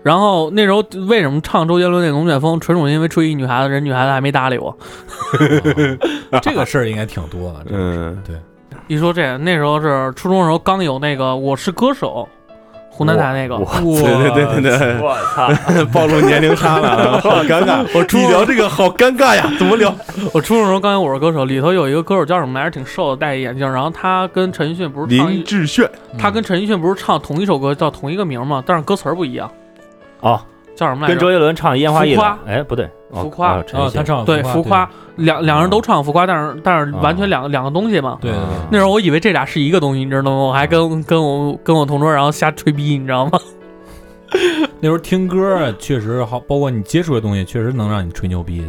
[SPEAKER 7] 然后那时候为什么唱周杰伦那《龙卷风》，纯属因为追一女孩子，人女孩子还没搭理我。
[SPEAKER 6] 啊 这个事儿应该挺多的，这个事儿
[SPEAKER 5] 嗯
[SPEAKER 6] 对，
[SPEAKER 7] 一说这，那时候是初中的时候刚有那个《我是歌手》，湖南台那个，
[SPEAKER 5] 对对对对对，
[SPEAKER 8] 我操！
[SPEAKER 5] 暴露年龄差了， 好尴尬。我一聊这个好尴尬呀，怎么聊？
[SPEAKER 7] 我初中的时候刚有《我是歌手》，里头有一个歌手叫什么来着，挺瘦的，戴一眼镜，然后他跟陈奕迅不是唱
[SPEAKER 5] 林
[SPEAKER 7] 一，
[SPEAKER 5] 志炫，
[SPEAKER 7] 他跟陈奕迅不是唱同一首歌，叫同一个名嘛，但是歌词儿不一样，
[SPEAKER 8] 哦，
[SPEAKER 7] 叫什么来
[SPEAKER 8] 跟
[SPEAKER 7] 着
[SPEAKER 8] 周？杰伦唱《烟花易
[SPEAKER 7] 浮
[SPEAKER 8] 冷
[SPEAKER 7] 夸》，
[SPEAKER 8] 哎，不对，哦
[SPEAKER 7] 浮夸
[SPEAKER 8] 哦陈
[SPEAKER 6] 啊
[SPEAKER 8] 奕，
[SPEAKER 6] 他
[SPEAKER 8] 迅
[SPEAKER 6] 唱
[SPEAKER 7] 对，浮夸，，两两人
[SPEAKER 6] 嗯
[SPEAKER 7] 都唱浮夸，但是但是完全
[SPEAKER 8] 啊
[SPEAKER 7] 两个两个东西嘛。
[SPEAKER 6] 对对
[SPEAKER 5] 嗯
[SPEAKER 6] 对，
[SPEAKER 7] 那时候我以为这俩是一个东西，你知道吗？我还跟跟我跟我同桌，然后瞎吹逼，你知道吗？
[SPEAKER 6] 那时候听歌啊，确实好，包括你接触的东西，确实能让你吹牛逼去。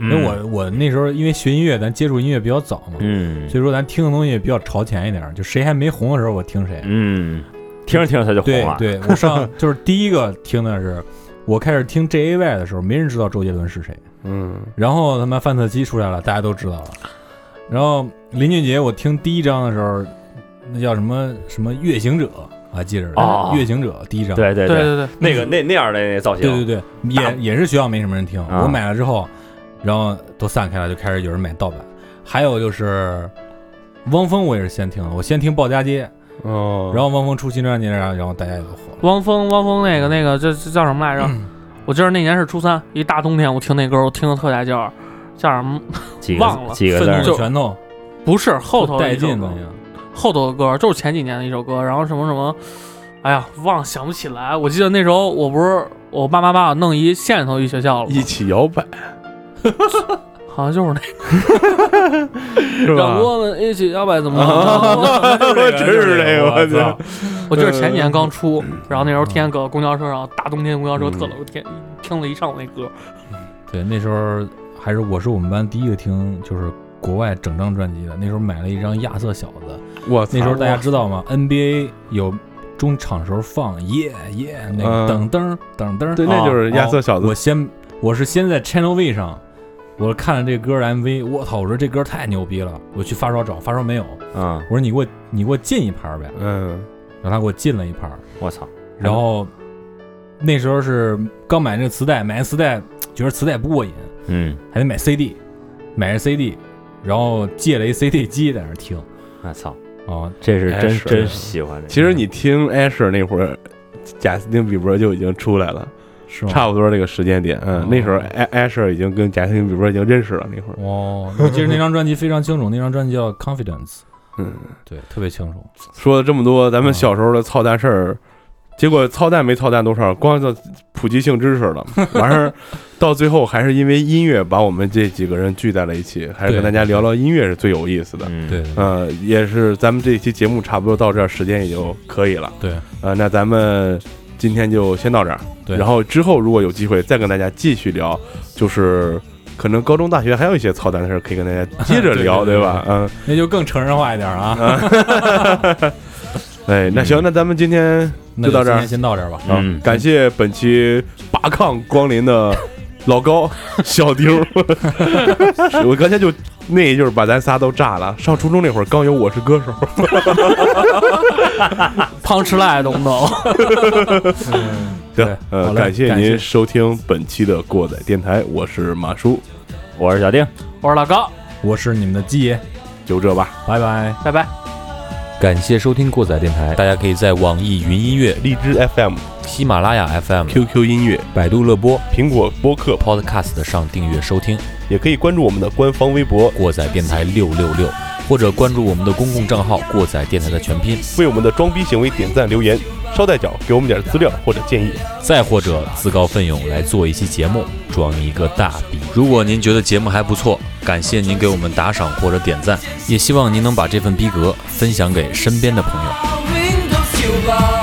[SPEAKER 8] 嗯
[SPEAKER 6] 因为我我那时候因为学音乐，咱接触音乐比较早嘛，
[SPEAKER 8] 嗯
[SPEAKER 6] 所以说咱听的东西比较朝前一点儿，就谁还没红的时候我听谁。
[SPEAKER 8] 嗯，听着听着他就
[SPEAKER 6] 对
[SPEAKER 8] 红了，
[SPEAKER 6] 对，我 上就是第一个听的是，我开始听 J A Y 的时候，没人知道周杰伦是谁，
[SPEAKER 5] 嗯，
[SPEAKER 6] 然后他妈范特西出来了，大家都知道了。然后林俊杰，我听第一章的时候，那叫什么什么月行者，我还记着呢
[SPEAKER 8] 哦
[SPEAKER 6] 月行者第一章，
[SPEAKER 8] 对对
[SPEAKER 7] 对对对，
[SPEAKER 8] 那个那那样的那造型，
[SPEAKER 6] 对 对对，也也是学校没什么人听。
[SPEAKER 8] 啊
[SPEAKER 6] 我买了之后，然后都散开了，就开始有人买盗版。还有就是汪峰，我也是先听的，我先听《鲍家街》，
[SPEAKER 8] 嗯
[SPEAKER 5] 哦，
[SPEAKER 6] 然后汪峰出新专辑了，然后大家也都火了。
[SPEAKER 7] 汪峰汪峰那个那个这这叫什么来着？
[SPEAKER 6] 嗯
[SPEAKER 7] 我记得那年是初三，一大冬天，我听那歌，我听的特带劲儿，叫什么？
[SPEAKER 8] 几
[SPEAKER 7] 忘
[SPEAKER 8] 个
[SPEAKER 7] 了
[SPEAKER 8] 几个字
[SPEAKER 6] 愤
[SPEAKER 8] 儿
[SPEAKER 6] 怒的拳头
[SPEAKER 7] 不是后头的
[SPEAKER 6] 带
[SPEAKER 7] 一首
[SPEAKER 6] 劲
[SPEAKER 7] 歌
[SPEAKER 6] 的那，个，
[SPEAKER 7] 后头的歌就是前几年的一首歌，然后什么什么，哎呀，忘了想不起来。我记得那时候我不是我爸妈把我弄一县里头一学校了吗
[SPEAKER 5] 一，起摇摆
[SPEAKER 7] 好像就是那
[SPEAKER 5] 是
[SPEAKER 7] 个，让
[SPEAKER 5] 吧？
[SPEAKER 7] 我们一起哎摇摆怎么
[SPEAKER 5] 啊
[SPEAKER 7] 了？
[SPEAKER 5] 我真是这个，我操！
[SPEAKER 7] 我记得前几年刚出，
[SPEAKER 5] 嗯
[SPEAKER 7] 然后那时候天天搁公交车上，大冬天公交车特冷，我天听了一上午那歌，
[SPEAKER 6] 对，那时候还是我是我们班第一个听，就是国外整张专辑的。那时候买了一张亚瑟小子，
[SPEAKER 5] 我操
[SPEAKER 6] 那时候大家知道吗？NBA 有中场时候放耶耶那
[SPEAKER 5] 嗯
[SPEAKER 6] 个噔噔噔噔，
[SPEAKER 5] 对，那就是亚瑟小子
[SPEAKER 6] 我，先我是先在 Channel V 上，我看了这歌的 MV，我操，我说这歌太牛逼了，我去发烧找，发烧没有，
[SPEAKER 8] 嗯，
[SPEAKER 6] 我说你给我你给我进一盘呗，
[SPEAKER 5] 嗯，
[SPEAKER 6] 然后他给我进了一盘，
[SPEAKER 8] 我操，
[SPEAKER 6] 然后那时候是刚买那个磁带，买那磁带觉得磁带不过瘾，
[SPEAKER 8] 嗯，
[SPEAKER 6] 还得买 CD，买着 CD，然后借了一 CD 机在那儿听
[SPEAKER 8] 我操，
[SPEAKER 6] 啊，
[SPEAKER 8] 这是
[SPEAKER 5] 哎
[SPEAKER 8] 真
[SPEAKER 5] 是
[SPEAKER 8] 真喜欢这个。
[SPEAKER 5] 其实你听 Asher 那会儿，贾斯汀比伯就已经出来了，
[SPEAKER 6] 是吗？
[SPEAKER 5] 差不多这个时间点，
[SPEAKER 6] 哦
[SPEAKER 5] 嗯，那时候 A- Asher 已经跟贾斯汀比伯已经认识了，那会儿，
[SPEAKER 6] 哦，我记得那张专辑非常清楚，那张专辑叫《Confidence》，
[SPEAKER 5] 嗯，
[SPEAKER 6] 对，特别清楚。
[SPEAKER 5] 说了这么多
[SPEAKER 6] 啊
[SPEAKER 5] 咱们小时候的操蛋事儿，结果操蛋没操蛋多少，光叫普及性知识 了，完事儿到最后还是因为音乐把我们这几个人聚在了一起，还是跟大家聊聊音乐是最有意思的。
[SPEAKER 8] 嗯，
[SPEAKER 6] 对，
[SPEAKER 5] 呃，也是咱们这一期节目差不多到这儿，时间也就可以了。
[SPEAKER 6] 对，
[SPEAKER 5] 呃，那咱们今天就先到这儿。
[SPEAKER 6] 对
[SPEAKER 5] 然后之后如果有机会再跟大家继续聊，就是可能高中、大学还有一些操蛋的事儿可以跟大家接着聊，
[SPEAKER 6] 对对对
[SPEAKER 5] 吧？嗯，
[SPEAKER 6] 那就更成人化一点啊。
[SPEAKER 5] 哎，那
[SPEAKER 6] 嗯
[SPEAKER 5] 行，那咱们今天
[SPEAKER 6] 那
[SPEAKER 5] 就到这
[SPEAKER 6] 今
[SPEAKER 5] 儿
[SPEAKER 6] 天。先到这儿吧。
[SPEAKER 5] 啊
[SPEAKER 8] 嗯
[SPEAKER 5] 感谢本期拔抗光临的老 高、小丁儿。是 我刚才就那一句儿把咱仨都炸了。上初中那会儿刚有《我是歌手》。
[SPEAKER 7] 胖吃赖懂 不懂？
[SPEAKER 5] 行，
[SPEAKER 6] 对
[SPEAKER 5] 呃，
[SPEAKER 6] 好嘞
[SPEAKER 5] 感谢
[SPEAKER 6] 感谢
[SPEAKER 5] 您收听本期的过载电台，我是马叔，
[SPEAKER 8] 我是小丁。
[SPEAKER 7] 我是老高，
[SPEAKER 6] 我是你们的鸡爷，
[SPEAKER 5] 就这吧。
[SPEAKER 6] 拜拜。
[SPEAKER 7] 拜拜。
[SPEAKER 9] 感谢收听过载电台，大家可以在网易云音乐、
[SPEAKER 5] 荔枝 FM、
[SPEAKER 9] 喜马拉雅 FM、
[SPEAKER 5] QQ 音乐、
[SPEAKER 9] 百度乐播、
[SPEAKER 5] 苹果播客，
[SPEAKER 9] Podcast 上订阅收听
[SPEAKER 5] 也可以关注我们的官方微博，
[SPEAKER 9] 过载电台六六六，或者关注我们的公共账号“过载电台”的全拼，
[SPEAKER 5] 为我们的装逼行为点赞留言，捎带脚给我们点资料或者建议。
[SPEAKER 9] 再或者自告奋勇来做一期节目，装一个大逼。如果您觉得节目还不错，感谢您给我们打赏或者点赞，也希望您能把这份逼格分享给身边的朋友。
[SPEAKER 10] windows you are